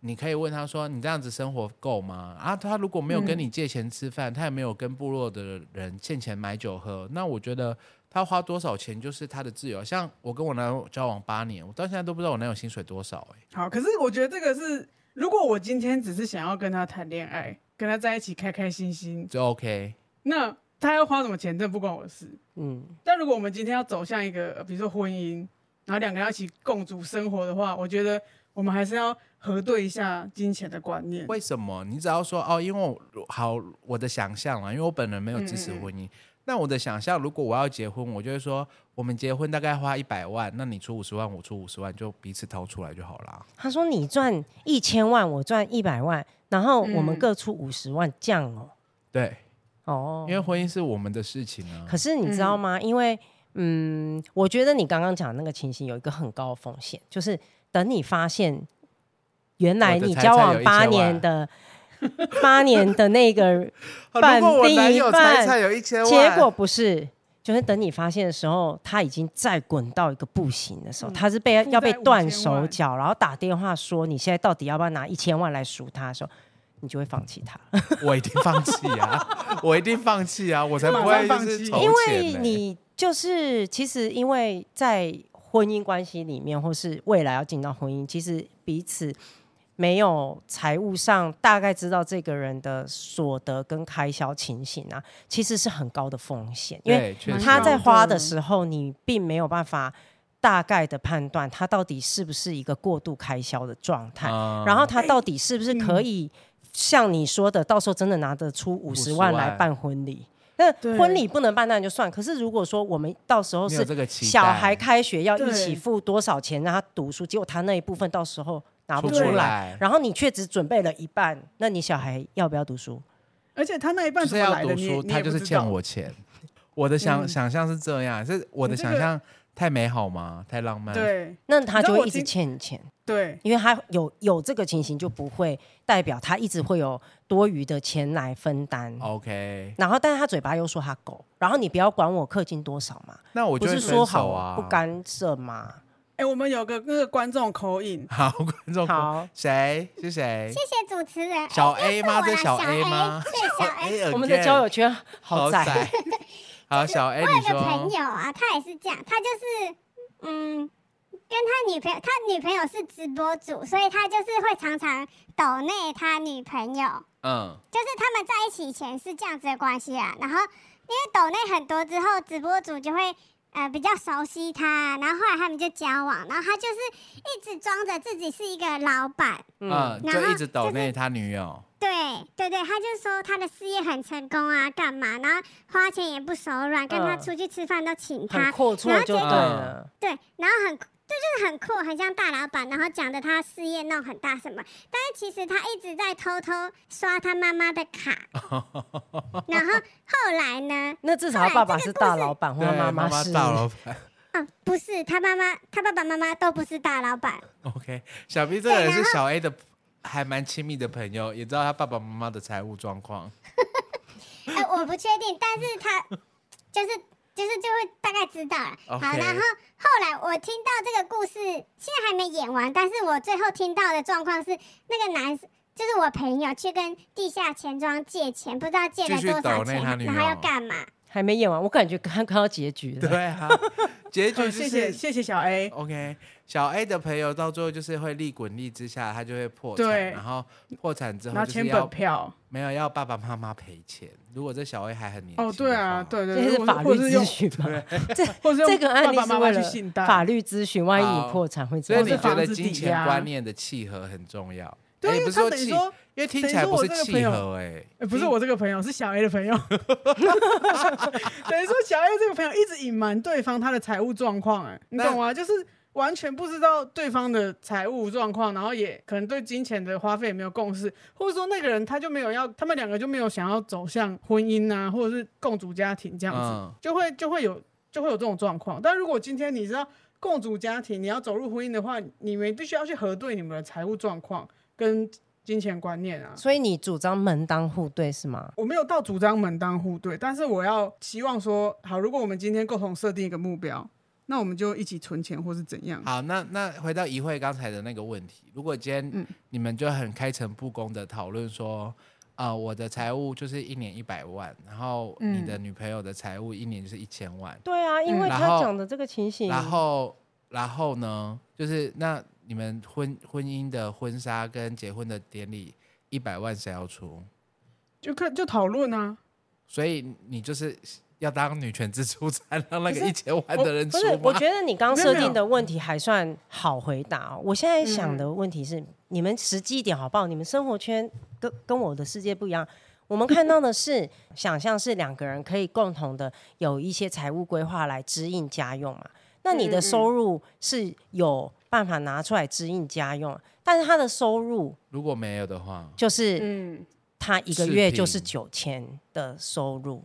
你可以问他说：“你这样子生活够吗？”啊，他如果没有跟嗯你借钱吃饭，他也没有跟部落的人欠钱买酒喝，那我觉得。他花多少钱就是他的自由，像我跟我男友交往八年，我到现在都不知道我男友薪水多少哎、好，可是我觉得这个是，如果我今天只是想要跟他谈恋爱，跟他在一起开开心心，就 OK。那他要花什么钱，这不关我的事。嗯，但如果我们今天要走向一个，呃比如说婚姻，然后两个人要一起共组生活的话，我觉得我们还是要核对一下金钱的观念。为什么？你只要说哦，因为我好我的想象啊，因为我本人没有支持嗯嗯嗯婚姻。那我的想象，如果我要结婚，我就会说，我们结婚大概花一百万，那你出五十万，我出五十万，就彼此掏出来就好啦。他说你赚一千万，我赚一百万，然后我们嗯各出五十万，这样哦，对，哦因，为婚姻是我们的事情啊。可是你知道吗？因为嗯，我觉得你刚刚讲的那个情形有一个很高的风险，就是等你发现原来我的你财交产往有八1000万年的八年的那个啊如果我办男另一友半财产有一千万，结果不是，就是等你发现的时候，他已经再滚到一个不行的时候，嗯他是被负债要被断5000手万脚，然后打电话说你现在到底要不要拿一千万来赎他的时候，你就会放弃他， *laughs* 我一定放弃 *laughs* 啊，我一定放弃啊，我才不马上会就放是弃筹因钱为呢你就是其实因为在婚姻关系里面，或是未来要进到婚姻，其实彼此。没有财务上大概知道这个人的所得跟开销情形啊，其实是很高的风险，因为对，确实蛮他高在的花的时候，你并没有办法大概的判断他到底是不是一个过度开销的状态，啊嗯然后他到底是不是可以像你说的，到时候真的拿得出五十万来办婚礼。那对婚礼不能办，那就算。可是如果说我们到时候你有是这个期待小孩开学要一对起付多少钱让他读书，结果他那一部分到时候拿不出出不来，来，然后你却只准备了一半，那你小孩要不要读书？而且他那一半就怎是么要来的，读你也书，你也他就是不知道欠我钱。我的想嗯想象是这样，是我的你这想个象太美好吗？太浪漫？，对那他你知道就会我一直今欠你钱。对，因为他有有这个情形，就不会代表他一直会有多余的钱来分担。哦，OK。然后，但是他嘴巴又说他够，然后你不要管我氪金多少嘛，那我不就是会分说好手我啊，不。干涉嘛？哎，我们有个那个观众口 *laughs* 音，好，观众朋友好，谁是谁？谢谢主持人。小哎 A 又是吗？我这啦小小 A 吗？对，小 A。 *laughs* A， *laughs* 我们的交友圈好好窄， *laughs* 窄。好，小 A，我有你个朋说友啊，他也是这样，他就是嗯，跟他女朋友，他女朋友是直播主，所以他就是会常常抖内他女朋友，嗯，就是呃他们在一起以前是这样子的关系啊。然后因为抖内很多之后，直播主就会。呃，比较熟悉他，然后后来他们就交往，然后他就是一直装着自己是一个老板，嗯，然就后一直抖内他女友，对对对，他就说他的事业很成功啊，干嘛，然后花钱也不手软，跟他嗯出去吃饭都请他，很阔绰就对嗯了。对，然后很这就是很酷，很像大老板，然后讲的他事业弄很大什么，但是其实他一直在偷偷刷他妈妈的卡，然后后来呢，那至少他爸爸是大老板，*laughs* 或对，者妈妈是大老板。 *laughs* 哦，不是他妈妈，他爸爸妈妈都不是大老板， OK，小 B 这个人对是然后小 A 的还蛮亲密的朋友，也知道他爸爸妈妈的财务状况。呃，我不确定，但是他就是就是就会大概知道了。好， OK 然后后来我听到这个故事，现在还没演完，但是我最后听到的状况是，那个男就是我朋友去跟地下钱庄借钱，不知道借了继续多抖少内钱，他女然后要友干嘛？还没演完，我感觉刚刚看到结局了。对啊，结局哦就谢是谢谢谢小 A， OK，小 A 的朋友到最后就是会利滚利之下，他就会破产，对然后破产之后拿就是签要本票。没有要爸爸妈妈赔钱。如果这小 A 还很年轻哦，对的啊，话，对对这对，是或法者律或者是咨用，询嘛？这或者是这用个案爸例爸是妈为妈去了信贷。法律咨询，万一好你破产会怎所以么你或样觉得是？房子金抵钱押观念的契合很重要？对哎因为不是他说等于契，说因为听等于起来说不我是这个契朋友合哎、呃不是我这个朋友，是小 A 的朋友。 *laughs* 等于说小 A 这个朋友一直隐瞒对方他的财务状况，哎，你那懂吗？就是完全不知道对方的财务状况，然后也可能对金钱的花费也没有共识，或者说那个人他就没有要，他们两个就没有想要走向婚姻啊，或者是共组家庭这样子，嗯就会就会有就会有这种状况。但如果今天你知道共组家庭，你要走入婚姻的话，你们必须要去核对你们的财务状况跟金钱观念啊。所以你主张门当户对是吗？我没有到主张门当户对，但是我要期望说，好，如果我们今天共同设定一个目标，那我们就一起存钱或是怎样。好，那那回到一慧刚才的那个问题，如果今天嗯你们就很开诚布公的讨论说，啊、我的财务就是一年一百万，然后你嗯的女朋友的财务一年就是一千万，对啊，因为然他后讲的这个情形，然后然后呢，就是那你们婚婚姻的婚纱跟结婚的典礼一百万谁要出？就看就讨论啊，所以你就是要当女权之出，才让那可个是一千万的人不出是，我吗觉得你刚啊没有没设有定的问题还算好回答、哦。我现在嗯想的问题是，你们实际一点好不好？你们生活圈跟跟我的世界不一样。我们看到的是，想象是两个人可以共同的有一些财务规划来支应家用嘛。那你嗯嗯的嗯收入是有办法拿出来支应家用，但是他的收入如果没有的话，就是嗯，他一视个月就是频九千的收入，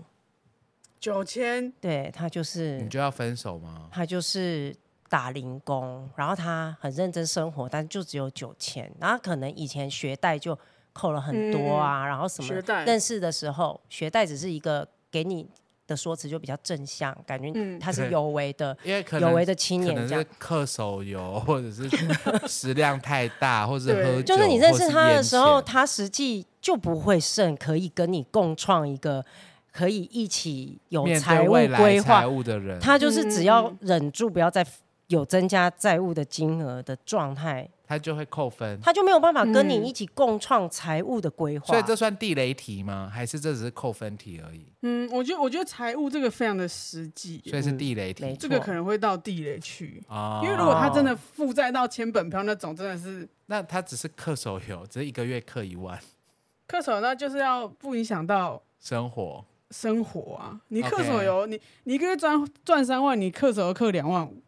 九千，对他就是你就要分手吗？他就是打零工，然后他很认真生活，但是就只有九千，然后可能以前学贷就扣了很多啊，然后什么嗯学贷认识的时候，学贷只是一个给你的说辞就比较正向，感觉嗯他是对有为的。因为 *laughs* 可有能为的青可年能这是样，氪手游，或者是食量太大，或者对喝酒，就是你认或识是他的烟时候，钱他实际就不会剩可以跟你共创一个可以一起有面财对务未来规划财务的人，他他就是只要嗯忍住，不要再有增加债务的金额的状态，他就会扣分。他就没有办法跟你嗯一起共创财务的规划。所以这算地雷题吗？还是这只是扣分题而已？嗯，我觉得我觉得财务这个非常的实际，所以是地雷题没错这个可能会到地雷去，啊。嗯因为如果他真的负债到签本票那种，真的是那他只是氪手游，只是一个月氪一万，恪守，那就是要不影响到。生活生活啊，你 OK 恪守游，你你一个月赚赚三万，你恪守游氪两万五，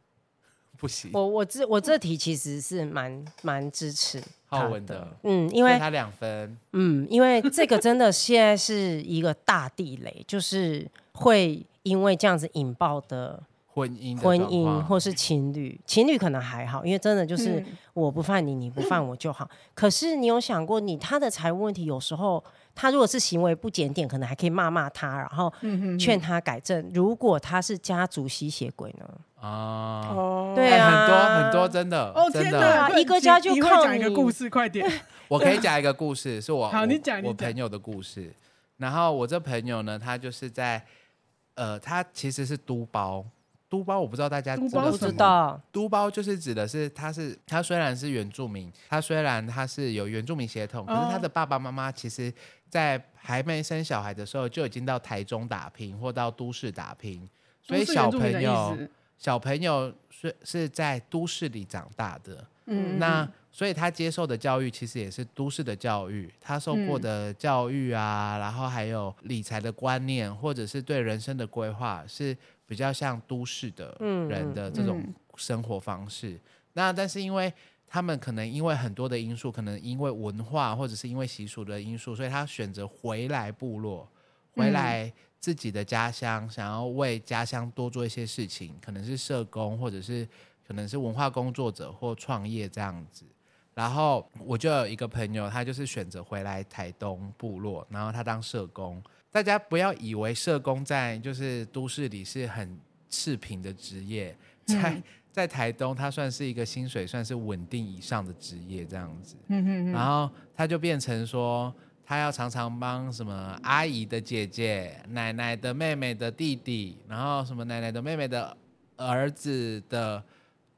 不行。我我这我这题其实是蛮蛮支持他浩文的嗯，因因为他两分，嗯，因为这个真的现在是一个大地雷，就是会因为这样子引爆的婚姻的婚状姻况或是情侣，情侣可能还好，因为真的就是嗯我不犯你，你不犯我就好。可是你有想过你，他的财务问题，有时候他如果是行为不检点，可能还可以骂骂他，然后劝他改正。如果他是家族吸血鬼呢？啊，哦对哎啊很多很多真的哦真天的。啊哪，一个家就你会靠讲一个你故事，快点。我可以讲一个故事，是我 *laughs* 好我你讲你我讲朋友的故事。然后我这朋友呢，他就是在呃，他其实是都包，都包我不知道大家都知道包不什什知么道，都包就是指的是他是他虽然是原住民，他虽然他是有原住民血统，可是哦他的爸爸妈妈其实，在还没生小孩的时候就已经到台中打拼或到都市打拼，所以都市小原住朋民的意友思小朋友是是在都市里长大的，嗯，那所以他接受的教育其实也是都市的教育，他受过的教育啊，然后还有理财的观念，或者是对人生的规划，是比较像都市的嗯人的这种嗯生活方式。那但是因为他们可能因为很多的因素，可能因为文化或者是因为习俗的因素，所以他选择回来部落，嗯回来自己的家乡，想要为家乡多做一些事情，可能是社工，或者是可能是文化工作者或创业这样子。然后我就有一个朋友，他就是选择回来台东部落，然后他当社工。大家不要以为社工在就是都市里是很赤贫的职业，在、嗯 *laughs* 在台东，他算是一个薪水算是稳定以上的职业这样子。嗯嗯然后他就变成说，他要常常帮什么阿姨的姐姐、奶奶的妹妹的弟弟，然后什么奶奶的妹妹的儿子的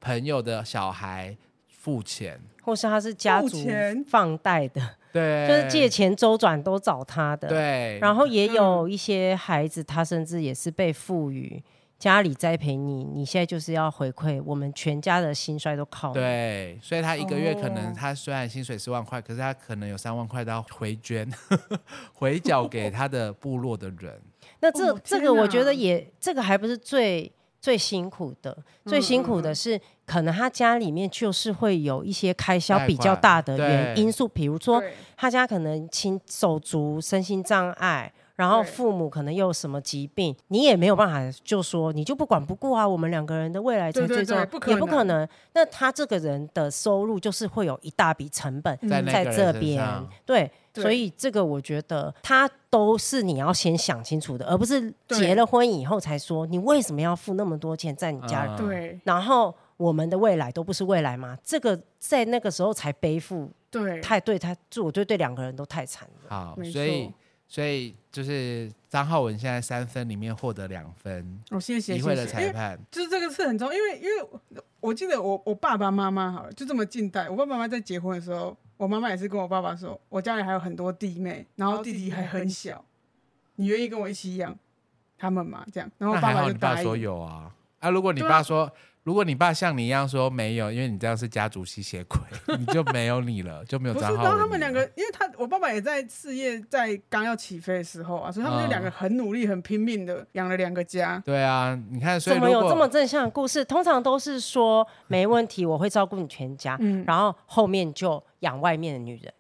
朋友的小孩付钱，或是他是家付族钱放贷的，对，就是借钱周转都找他的。哎对，然后也有一些孩子，他甚至也是被赋予家里栽培你，你现在就是要回馈我们全家的兴衰都靠你。，对，所以他一个月可能哦他虽然薪水四万块，可是他可能有三万块都要回捐， *laughs* 回缴给他的部落的 *laughs* 人。那这、哦这天个我觉哪得也这个还不是最最辛苦的，嗯最辛苦的是、可能他家里面就是会有一些开销贷比较款大的原对因素，比如说对他家可能亲手足身心障碍，然后对父母可能又有什么疾病，你也没有办法就说你就不管不顾啊，我们两个人的未来才对对最重要，对不可也不可能。那他这个人的收入就是会有一大笔成本在那在个人这身边上，对。对所以这个我觉得，他都是你要先想清楚的，而不是对结了婚以后才说你为什么要付那么多钱在你家里嗯对然后我们的未来都不是未来吗？这个在那个时候才背负对，太对他，就我觉得对两个人都太惨了。好，没所以错所以就是张浩文现在三分里面获得两分，我谢谢一谢会的谢，因裁为判。就是这个是很重要，因为因为我我记得我我爸爸妈妈好了，就这么近代，我爸爸妈妈在结婚的时候，我妈妈也是跟我爸爸说，我家里还有很多弟妹，然后弟啊弟还很小，你愿意跟我一起养他们吗？这样，然后那爸还爸好就你爸答说应。有啊啊！如果你对啊爸说，如果你爸像你一样说没有，因为你这样是家族吸血鬼， *laughs* 你就没有你了，就没有不是，张然浩文后了。他们两个，因为他我爸爸也在事业在刚要起飞的时候啊，所以他们就两个嗯很努力、很拼命的养了两个家。对啊，你看，所以怎如么果有这么正向的故事？通常都是说没问题，我会照顾你全家，嗯然后后面就养外面的女 *laughs* 人，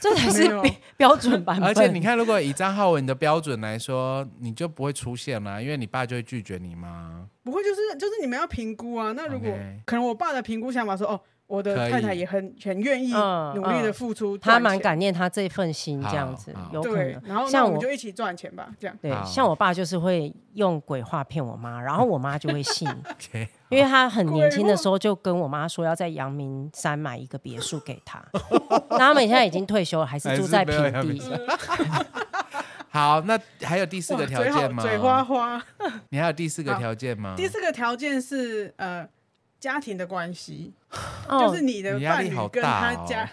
这才是没有标标准版本。而且你看，如果以张浩文的标准来说，你就不会出现啦，因为你爸就会拒绝你嘛。不会，就是就是你们要评估啊。那如果 OK 可能，我爸的评估想法说，哦，我的可以太太也很很愿意嗯努力的嗯付出，他赚蛮钱感念他这份心，这样子好好有可对能。。然后那像我们我就一起赚钱吧，这样。对好，像我爸就是会用鬼话骗我妈，然后我妈就会 *laughs* 信， OK，因为他很年轻的时候就跟我妈说要在阳明山买一个别墅给他。 *laughs* 那他们现在已经退休了，还是住在平还是没有地阳。好，那还有第四个条哇件吗？嗯嘴好嘴花花。你还有第四个条件吗？第四个条件是呃，家庭的关系，哦 *laughs* 就是你的你压伴力侣好跟大他哦 *laughs* 家，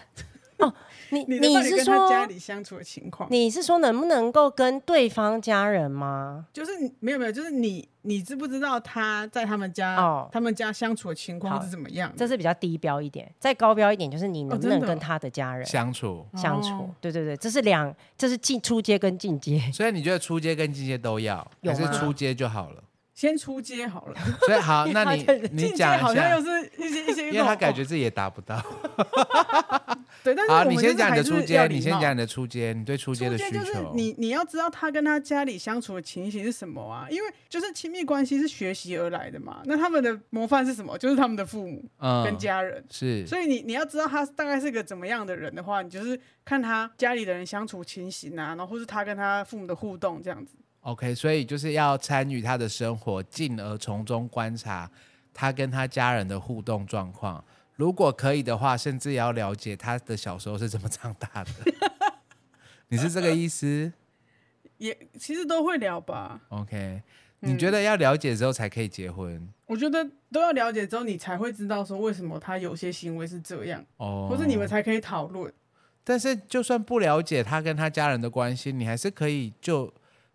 你你的你伴侣是跟他说家里哦相处的情况，你是说能不能够跟对方家人吗？就是你没有没有，就是你你知不知道他在他们家、哦他们家相处的情况好是怎么样的？这是比较低标一点，再高标一点就是你能不嗯哦真能的哦跟他的家人相处。相处？哦对对对，这是两，这是进出阶跟进阶。 *laughs* 所以你觉得出街跟进阶都要，有还是吗出街就好了？先出街好了，所以 *laughs* 好，那你你进阶讲好一像下又，是一些一些，因为他感觉哦自己也达不到。对，但是我好，们你先就是讲你还的是出要街，礼你先貌讲你的出街，你对出街的中需间就是求。你你要知道他跟他家里相处的情形是什么啊？因为就是亲密关系是学习而来的嘛。那他们的模范是什么？就是他们的父母嗯跟家人。是所以你你要知道他大概是个怎么样的人的话，你就是看他家里的人相处情形啊，然后或是他跟他父母的互动这样子。 OK，所以就是要参与他的生活，进而从中观察他跟他家人的互动状况。如果可以的话，甚至也要了解他的小时候是怎么长大的。 *laughs* 你是这个意思也其实都会聊吧， ？OK，你嗯觉得要了解之后才可以结婚我觉得都要了解之后，你才会知道说为什么他有些行为是这样，哦？或是你们才可以讨论。但是就算不了解他跟他家人的关系，你还是可以就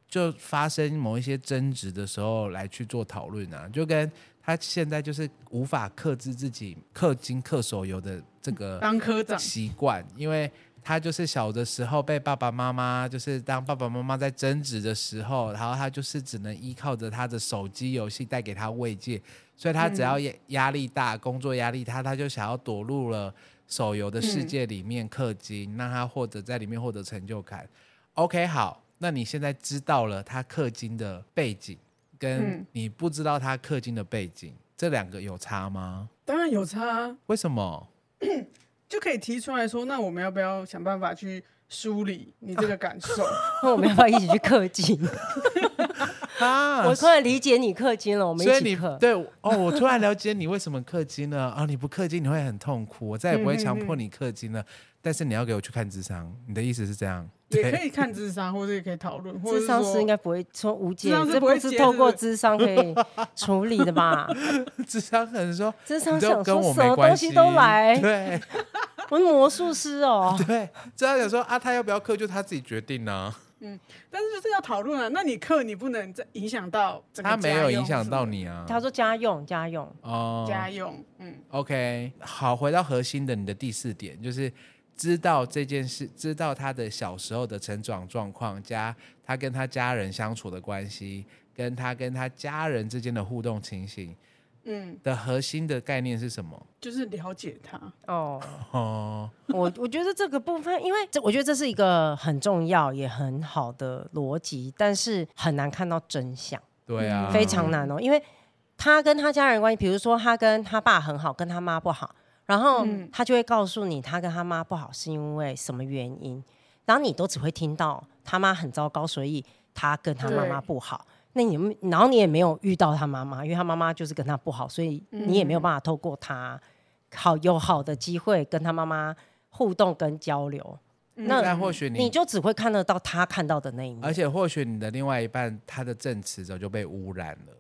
就发生某一些争执的时候来去做讨论啊。就跟他现在就是无法克制自己氪金、氪手游的这个当科长，习惯，因为他就是小的时候被爸爸妈妈，就是当爸爸妈妈在争执的时候，然后他就是只能依靠着他的手机游戏带给他慰藉，所以他只要压压力大，工作压力大，他就想要躲入了手游的世界里面氪金，让他获得在里面获得成就感。OK，好，那你现在知道了他氪金的背景，跟嗯你不知道他氪金的背景，这两个有差吗？当然有差、啊。为什么？就可以提出来说，那我们要不要想办法去梳理你这个感受？ *laughs* 那我们要不要一起去氪金？啊，我突然理解你氪金了，我们所以一你起氪。对哦，我突然了解你为什么氪金了啊！你不氪金你会很痛苦，我再也不会强嗯迫你氪金了。但是你要给我去看智商，你的意思是这样？也 *laughs* 可对以看智商，或者也可以讨论，或者智是商师说应该不会说无解，智商师这不会是接透是过不智商可以处理 *laughs* 的吧？智商可能说，智商你都想跟说我什没么关东系，西都来， *laughs* 对我是魔术师哦。对，智商想说啊，他要不要氪就他自己决定呢、但是就是要讨论啊。那你课你不能再影响到整个他没有家用影响到你什啊。他说家用家用，哦么的，家用，嗯， OK，好，回到核心的你的第四点，就是知道这件事，知道他的小时候的成长状况，加他跟他家人相处的关系，跟他跟他家人之间的互动情形嗯，的核心的概念是什么？就是了解他，哦，哦，我我觉得这个部分，因为这我觉得这是一个很重要也很好的逻辑，但是很难看到真相，对啊，非常难哦。因为他跟他家人的关系，比如说他跟他爸很好，跟他妈不好，然后嗯他就会告诉你他跟他妈不好是因为什么原因，然后你都只会听到他妈很糟糕，所以他跟他妈妈对不好。那你们然后你也没有遇到他妈妈，因为他妈妈就是跟他不好，所以你也嗯没有办法透过他好有好的机会跟他妈妈互动跟交流，嗯那但或许你，你就只会看得到他看到的那一面，而且或许你的另外一半，他的证词早就被污染了。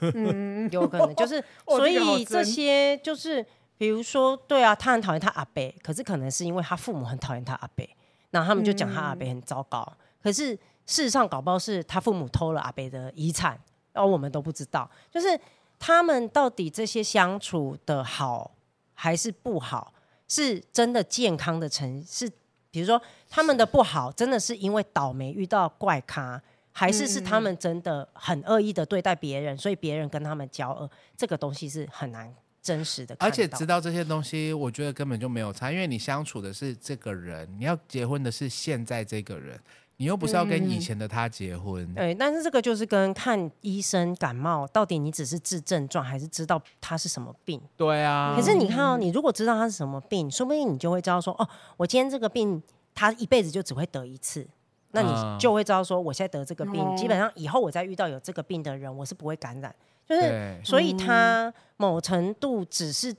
嗯，有可能就是， *laughs* 哦所这个好以这真些就是，比如说，对啊，他很讨厌他阿伯，可是可能是因为他父母很讨厌他阿伯，然后他们就讲他阿嗯伯很糟糕，可是事实上搞不好是他父母偷了阿伯的遗产，然后我们都不知道，就是他们到底这些相处的好还是不好，是真的健康的成是。比如说，他们的不好真的是因为倒霉遇到怪咖，还是是嗯他们真的很恶意的对待别人，所以别人跟他们交恶，这个东西是很难真实的看而到。且知道这些东西，我觉得根本就没有差，因为你相处的是这个人，你要结婚的是现在这个人，你又不是要跟以前的他结婚。嗯对，但是这个就是跟看医生感冒，到底你只是治症状，还是知道它是什么病？对啊，可是你看哦，你如果知道它是什么病，说不定你就会知道说，哦，我今天这个病，它一辈子就只会得一次。那啊你就会知道说，我现在得这个病，哦基本上以后我再遇到有这个病的人，我是不会感染。就是对嗯所以他某程度只是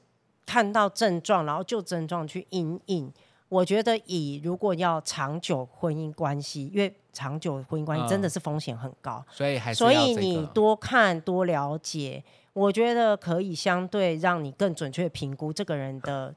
看到症状，然后就症状去因应。我觉得以如果要长久婚姻关系，因为长久婚姻关系嗯真的是风险很高，所以还是所要以这你个多看多了解，我觉得可以相对让你更准确地评估这个人的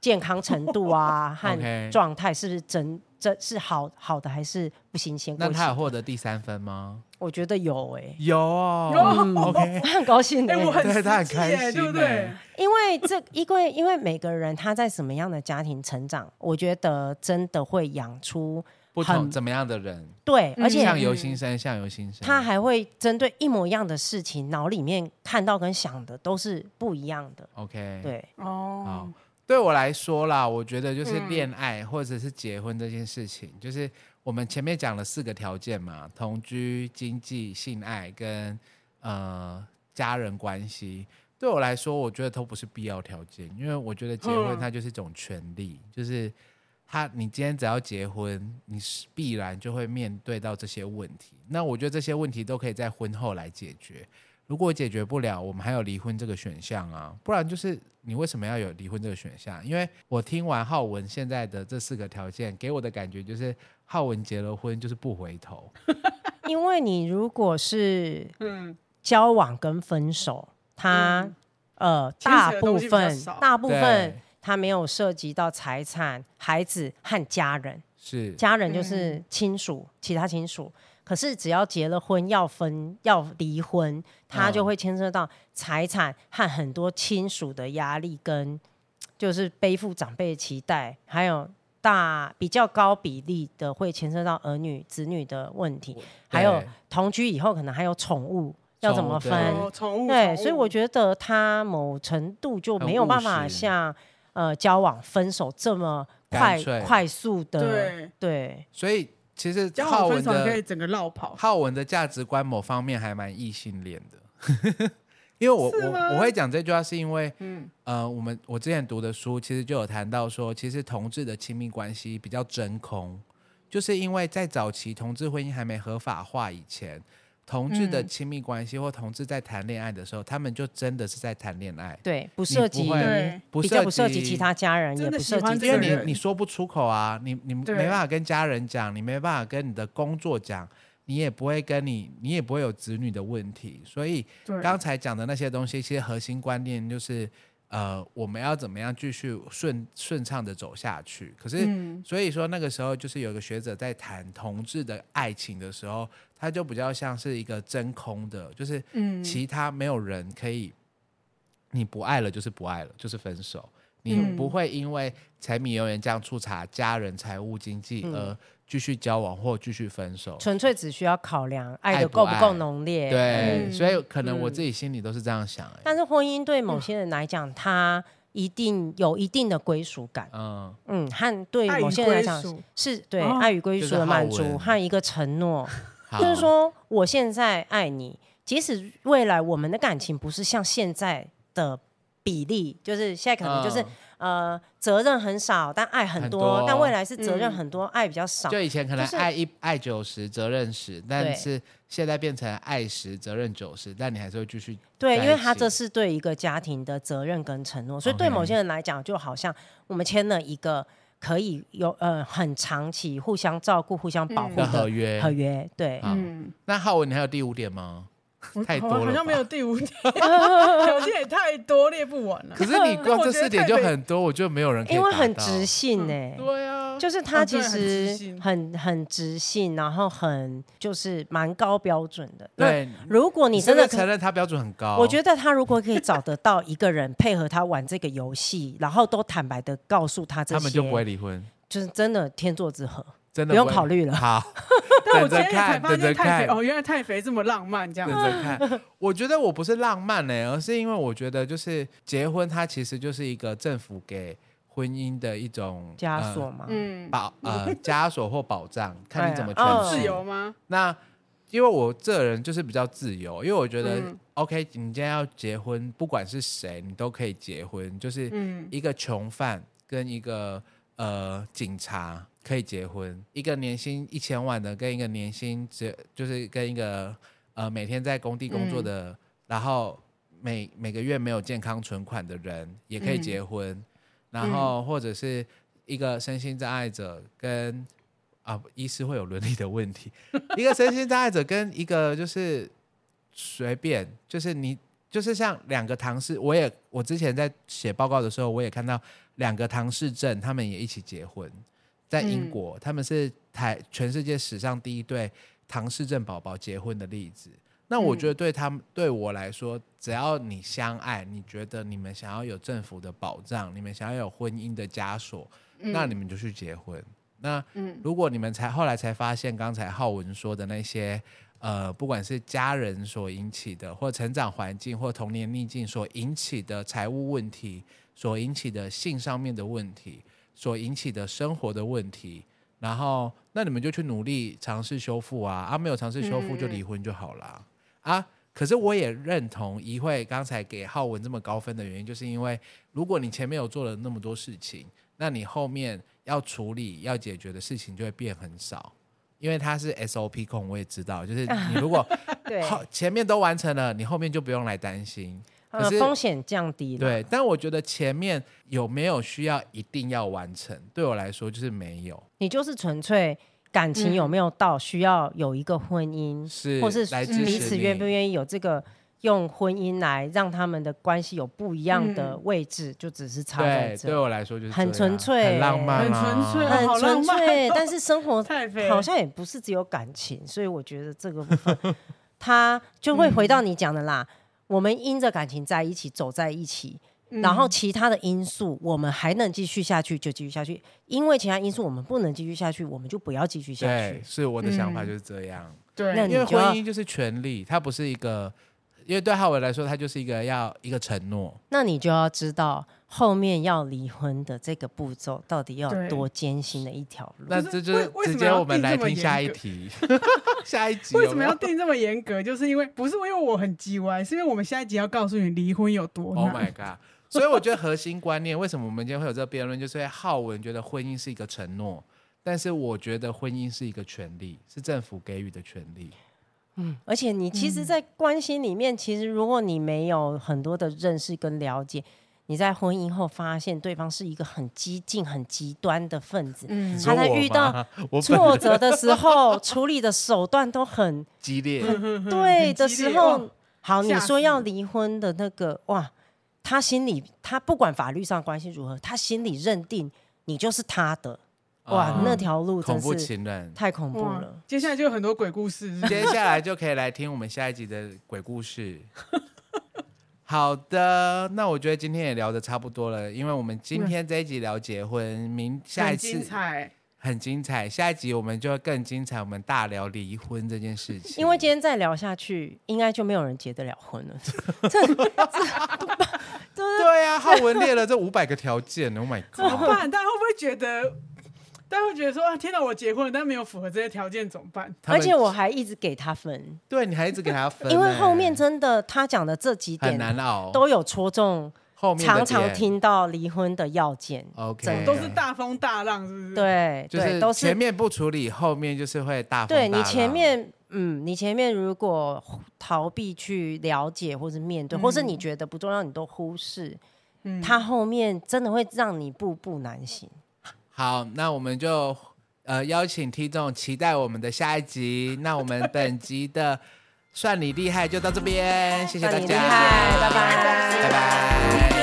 健康程度啊 *laughs* OK 和状态是不是真真是好好的还是不新鲜那过期他有。获得第三分吗？我觉得有哎、有哦有 OK， *laughs* 我 *laughs* 很高兴的、哎，我很 *laughs* 对实他很际开耶，对不心对耶？因为这，因为因为每个人他在什么样的家庭成长，我觉得真的会养出不同很怎么样的人，对，而且嗯相由心生，相由心生。他还会针对一模一样的事情，脑里面看到跟想的都是不一样的。 OK，，对，好哦，。对我来说啦，我觉得就是嗯恋爱或者是结婚这件事情，就是我们前面讲了四个条件嘛：同居、经济、性爱跟呃家人关系。对我来说，我觉得都不是必要条件，因为我觉得结婚嗯它就是一种权利，就是他你今天只要结婚，你是必然就会面对到这些问题。那我觉得这些问题都可以在婚后来解决。如果解决不了，我们还有离婚这个选项啊，不然就是你为什么要有离婚这个选项？因为我听完浩文现在的这四个条件，给我的感觉就是浩文结了婚就是不回头，因为你如果是嗯，交往跟分手，他、呃牵扯大的部东西比较分少大部分对他没有涉及到财产、孩子和家人。是家人就是亲属，其他亲属。可是只要结了婚要分要离婚，他嗯就会牵涉到财产和很多亲属的压力，跟就是背负长辈的期待，还有大比较高比例的会牵涉到儿女子女的问题，还有同居以后可能还有宠物要怎么宠物对分，哦，宠物，对，宠所以物我觉得他某程度就没有办很法务实像呃交往分手这么干快脆快速的对对所以其实交浩往文分手可以的整个绕跑，浩文的价值观某方面还蛮异性恋的， *laughs* 因为我是吗我我会讲这句话是因为嗯呃，我们我之前读的书其实就有谈到说，其实同志的亲密关系比较真空，就是因为在早期同志婚姻还没合法化以前，同志的嗯亲密关系或同志在谈恋爱的时候，他们就真的是在谈恋爱，对，不你涉不及会对不比较不涉及其他家人，真也的不喜涉及欢自因这为个己人你你说不出口啊，你你对没办法跟家人讲，你没办法跟你的工作讲，你也不会跟你你也不会有子女的问题，所以对，刚才讲的那些东西，其实核心观念就是，呃，我们要怎么样继续顺顺畅的走下去。可是，嗯所以说那个时候就是有个学者在谈同志的爱情的时候，他就比较像是一个真空的，就是嗯其他没有人可以，你不爱了就是不爱了，就是分手。你嗯不会因为柴米油盐酱醋茶、家人、财务、经济嗯而继续交往或继续分手。纯粹只需要考量爱爱的不够不够爱浓烈。对，嗯所以可能我嗯自己心里都是这样想、欸。但是婚姻对某些人来讲，它一定有一定的归属感，嗯，嗯，和对爱与某些人来归讲属，是对哦爱与归就是属好的满足文和一个承诺，好就是，说我现在爱你，即使未来我们的感情不是像现在的比例，就是现在可能嗯就是、呃责任很少，但爱很很多，多但未来是责任嗯很多，爱比较少嗯。就以前可能就是爱一爱九十，责任十，但对是现在变成爱十，责任九十，但你还是会继续对，在因一为他起哦这是对一个家庭的责任跟承诺，所以对 OK 某些人来讲，就好像我们签了一个可以有呃很长期互相照顾、互相保护的的合约。合约。对，好嗯，那浩文，你还有第五点吗？我太好多了好像吧没有第五 *laughs* *laughs* 点，条件也太多，列不完了可。是你光这我觉得四点太就北很多，我觉得没有人可以 *laughs* 因为达很到直性呢、对啊，就是他嗯对其很直实性很很直性，然后很就是蛮高标准的。那对，如果你真真的的承可，认他标准很高，我觉得他如果可以找得到一个人配合他玩这个游戏，然后都坦白的告诉他这些，他们就不会嗯离婚，就是真的天作之合，真的不用会考虑了 *laughs* 好，但我等今着天才看，发等着现太看肥，哦，原来太肥这么浪漫，这样认真看。我觉得我不是浪漫呢、而是因为我觉得就是结婚，它其实就是一个政府给婚姻的一种枷锁、呃嘛。嗯，保呃枷锁或保障，看你怎么哎呀诠嗯释。哦自由吗？那因为我这人就是比较自由，因为我觉得、嗯 OK，你今天要结婚，不管是谁，你都可以结婚，就是嗯一个囚犯跟一个呃警察可以结婚，一个年薪一千万的跟一个年薪只就是跟一个呃每天在工地工作嗯的，然后每每个月没有健康存款的人也可以嗯结婚，然后或者是一个身心障碍者跟啊医师会有伦理的问题，一个身心障碍者跟一个就是随便，就是你就是像两个唐氏，我也我之前在写报告的时候，我也看到两个唐氏症，他们也一起结婚，在英嗯国，他们是台全世界史上第一对唐氏症宝宝结婚的例子。那我觉得对他们、对我来说，只要你相爱，你觉得你们想要有政府的保障，你们想要有婚姻的枷锁，那你们就去结婚。那嗯如果你们才后来才发现，刚才浩文说的那些，呃，不管是家人所引起的，或成长环境或童年逆境所引起的财务问题，所引起的性上面的问题，所引起的生活的问题，然后那你们就去努力尝试修复啊，啊，没有尝试修复就离婚就好啦。啊。可是我也认同一会刚才给浩文这么高分的原因，就是因为如果你前面有做了那么多事情，那你后面要处理、要解决的事情就会变很少，因为它是 SOP 控，我也知道，就是你 *laughs* 如果对，后前面都完成了，你后面就不用来担心。可呃，是风险降低了。对，但我觉得前面有没有需要一定要完成，对我来说就是没有，你就是纯粹感情有没有到、需要有一个婚姻，嗯是或是嗯来支持彼此你愿不愿意有这个用婚姻来让他们的关系有不一样的位置，就只是差对，在嗯对这。我来说就是很这样纯粹很浪漫、啊很纯粹很好浪纯漫粹，哦但是生活太肥了好像也不是只有感情，所以我觉得这个部分，它就会回到你讲的啦。我们因着感情在一起，走在一起，嗯然后其他的因素我们还能继续下去就继续下去，因为其他因素我们不能继续下去，我们就不要继续下对去，。是我的想法嗯就是这样。那对你因为就婚要姻就是权利，它不是一个，因为对浩文来说，它就是一个要一个承诺。那你就要知道后面要离婚的这个步骤到底要有对多艰辛的一条路。那是这就为是为直什么接要我们定来这么听下严一格 *laughs* 题，下一集为有什没有么要定这么严格？就是因为不是因为我很叽歪，是因为我们下一集要告诉你离婚有多 Oh my 难。god！所以我觉得核心观念，为什么我们今天会有这个辩论，就是因为浩文觉得婚姻是一个承诺，但是我觉得婚姻是一个权利，是政府给予的权利。嗯，而且你其实，在关系里面，其实如果你没有很多的认识跟了解，你在婚姻后发现对方是一个很激进、很极端的分子，你 *laughs* 嗯说他在我遇吗 *laughs* 我本挫人折的时候处理的手段都很激烈，对很的激时烈候哦，好，你吓说死要了离婚的那个哇，他心里他不管法律上关系如何，他心里认定你就是他的，哇啊，那条路恐真怖是情人。太恐怖哇了。接下来就有很多鬼故事，嗯是不是接下来就可以来听我们下一集的鬼故 *laughs* 事。好的，那我觉得今天也聊的差不多了，因为我们今天这一集聊结婚，明 *laughs* 下一很次 *laughs* 精彩。很精彩，下一集我们就会更精彩，我们大聊离婚这件事情。因为今天再聊下去，应该就没有人结得了婚了。这这对啊，浩文列了这五百个条件，Oh my 怎么 god！办？大家会不会觉得？大家会觉得说啊，天哪，我结婚了，但没有符合这些条件，怎么办？他而们且我还一直给他分，对你还一直给他分欸，因为后面真的他讲的这几很点难熬，都有戳中，后面的常常点听到离婚的要件。 OK，整都是大风大浪，是不是？，对，就对，是都前面不处理，后面就是会大风对你大前浪面，嗯，你前面如果逃避去了解或是面嗯对，或是你觉得不重要，你都忽视，嗯它后面真的会让你步步难行。好，那我们就呃邀请听众期待我们的下一 *laughs* 集。那我们本集的算你厉害就到这边，谢谢大家，算你厉害拜拜拜拜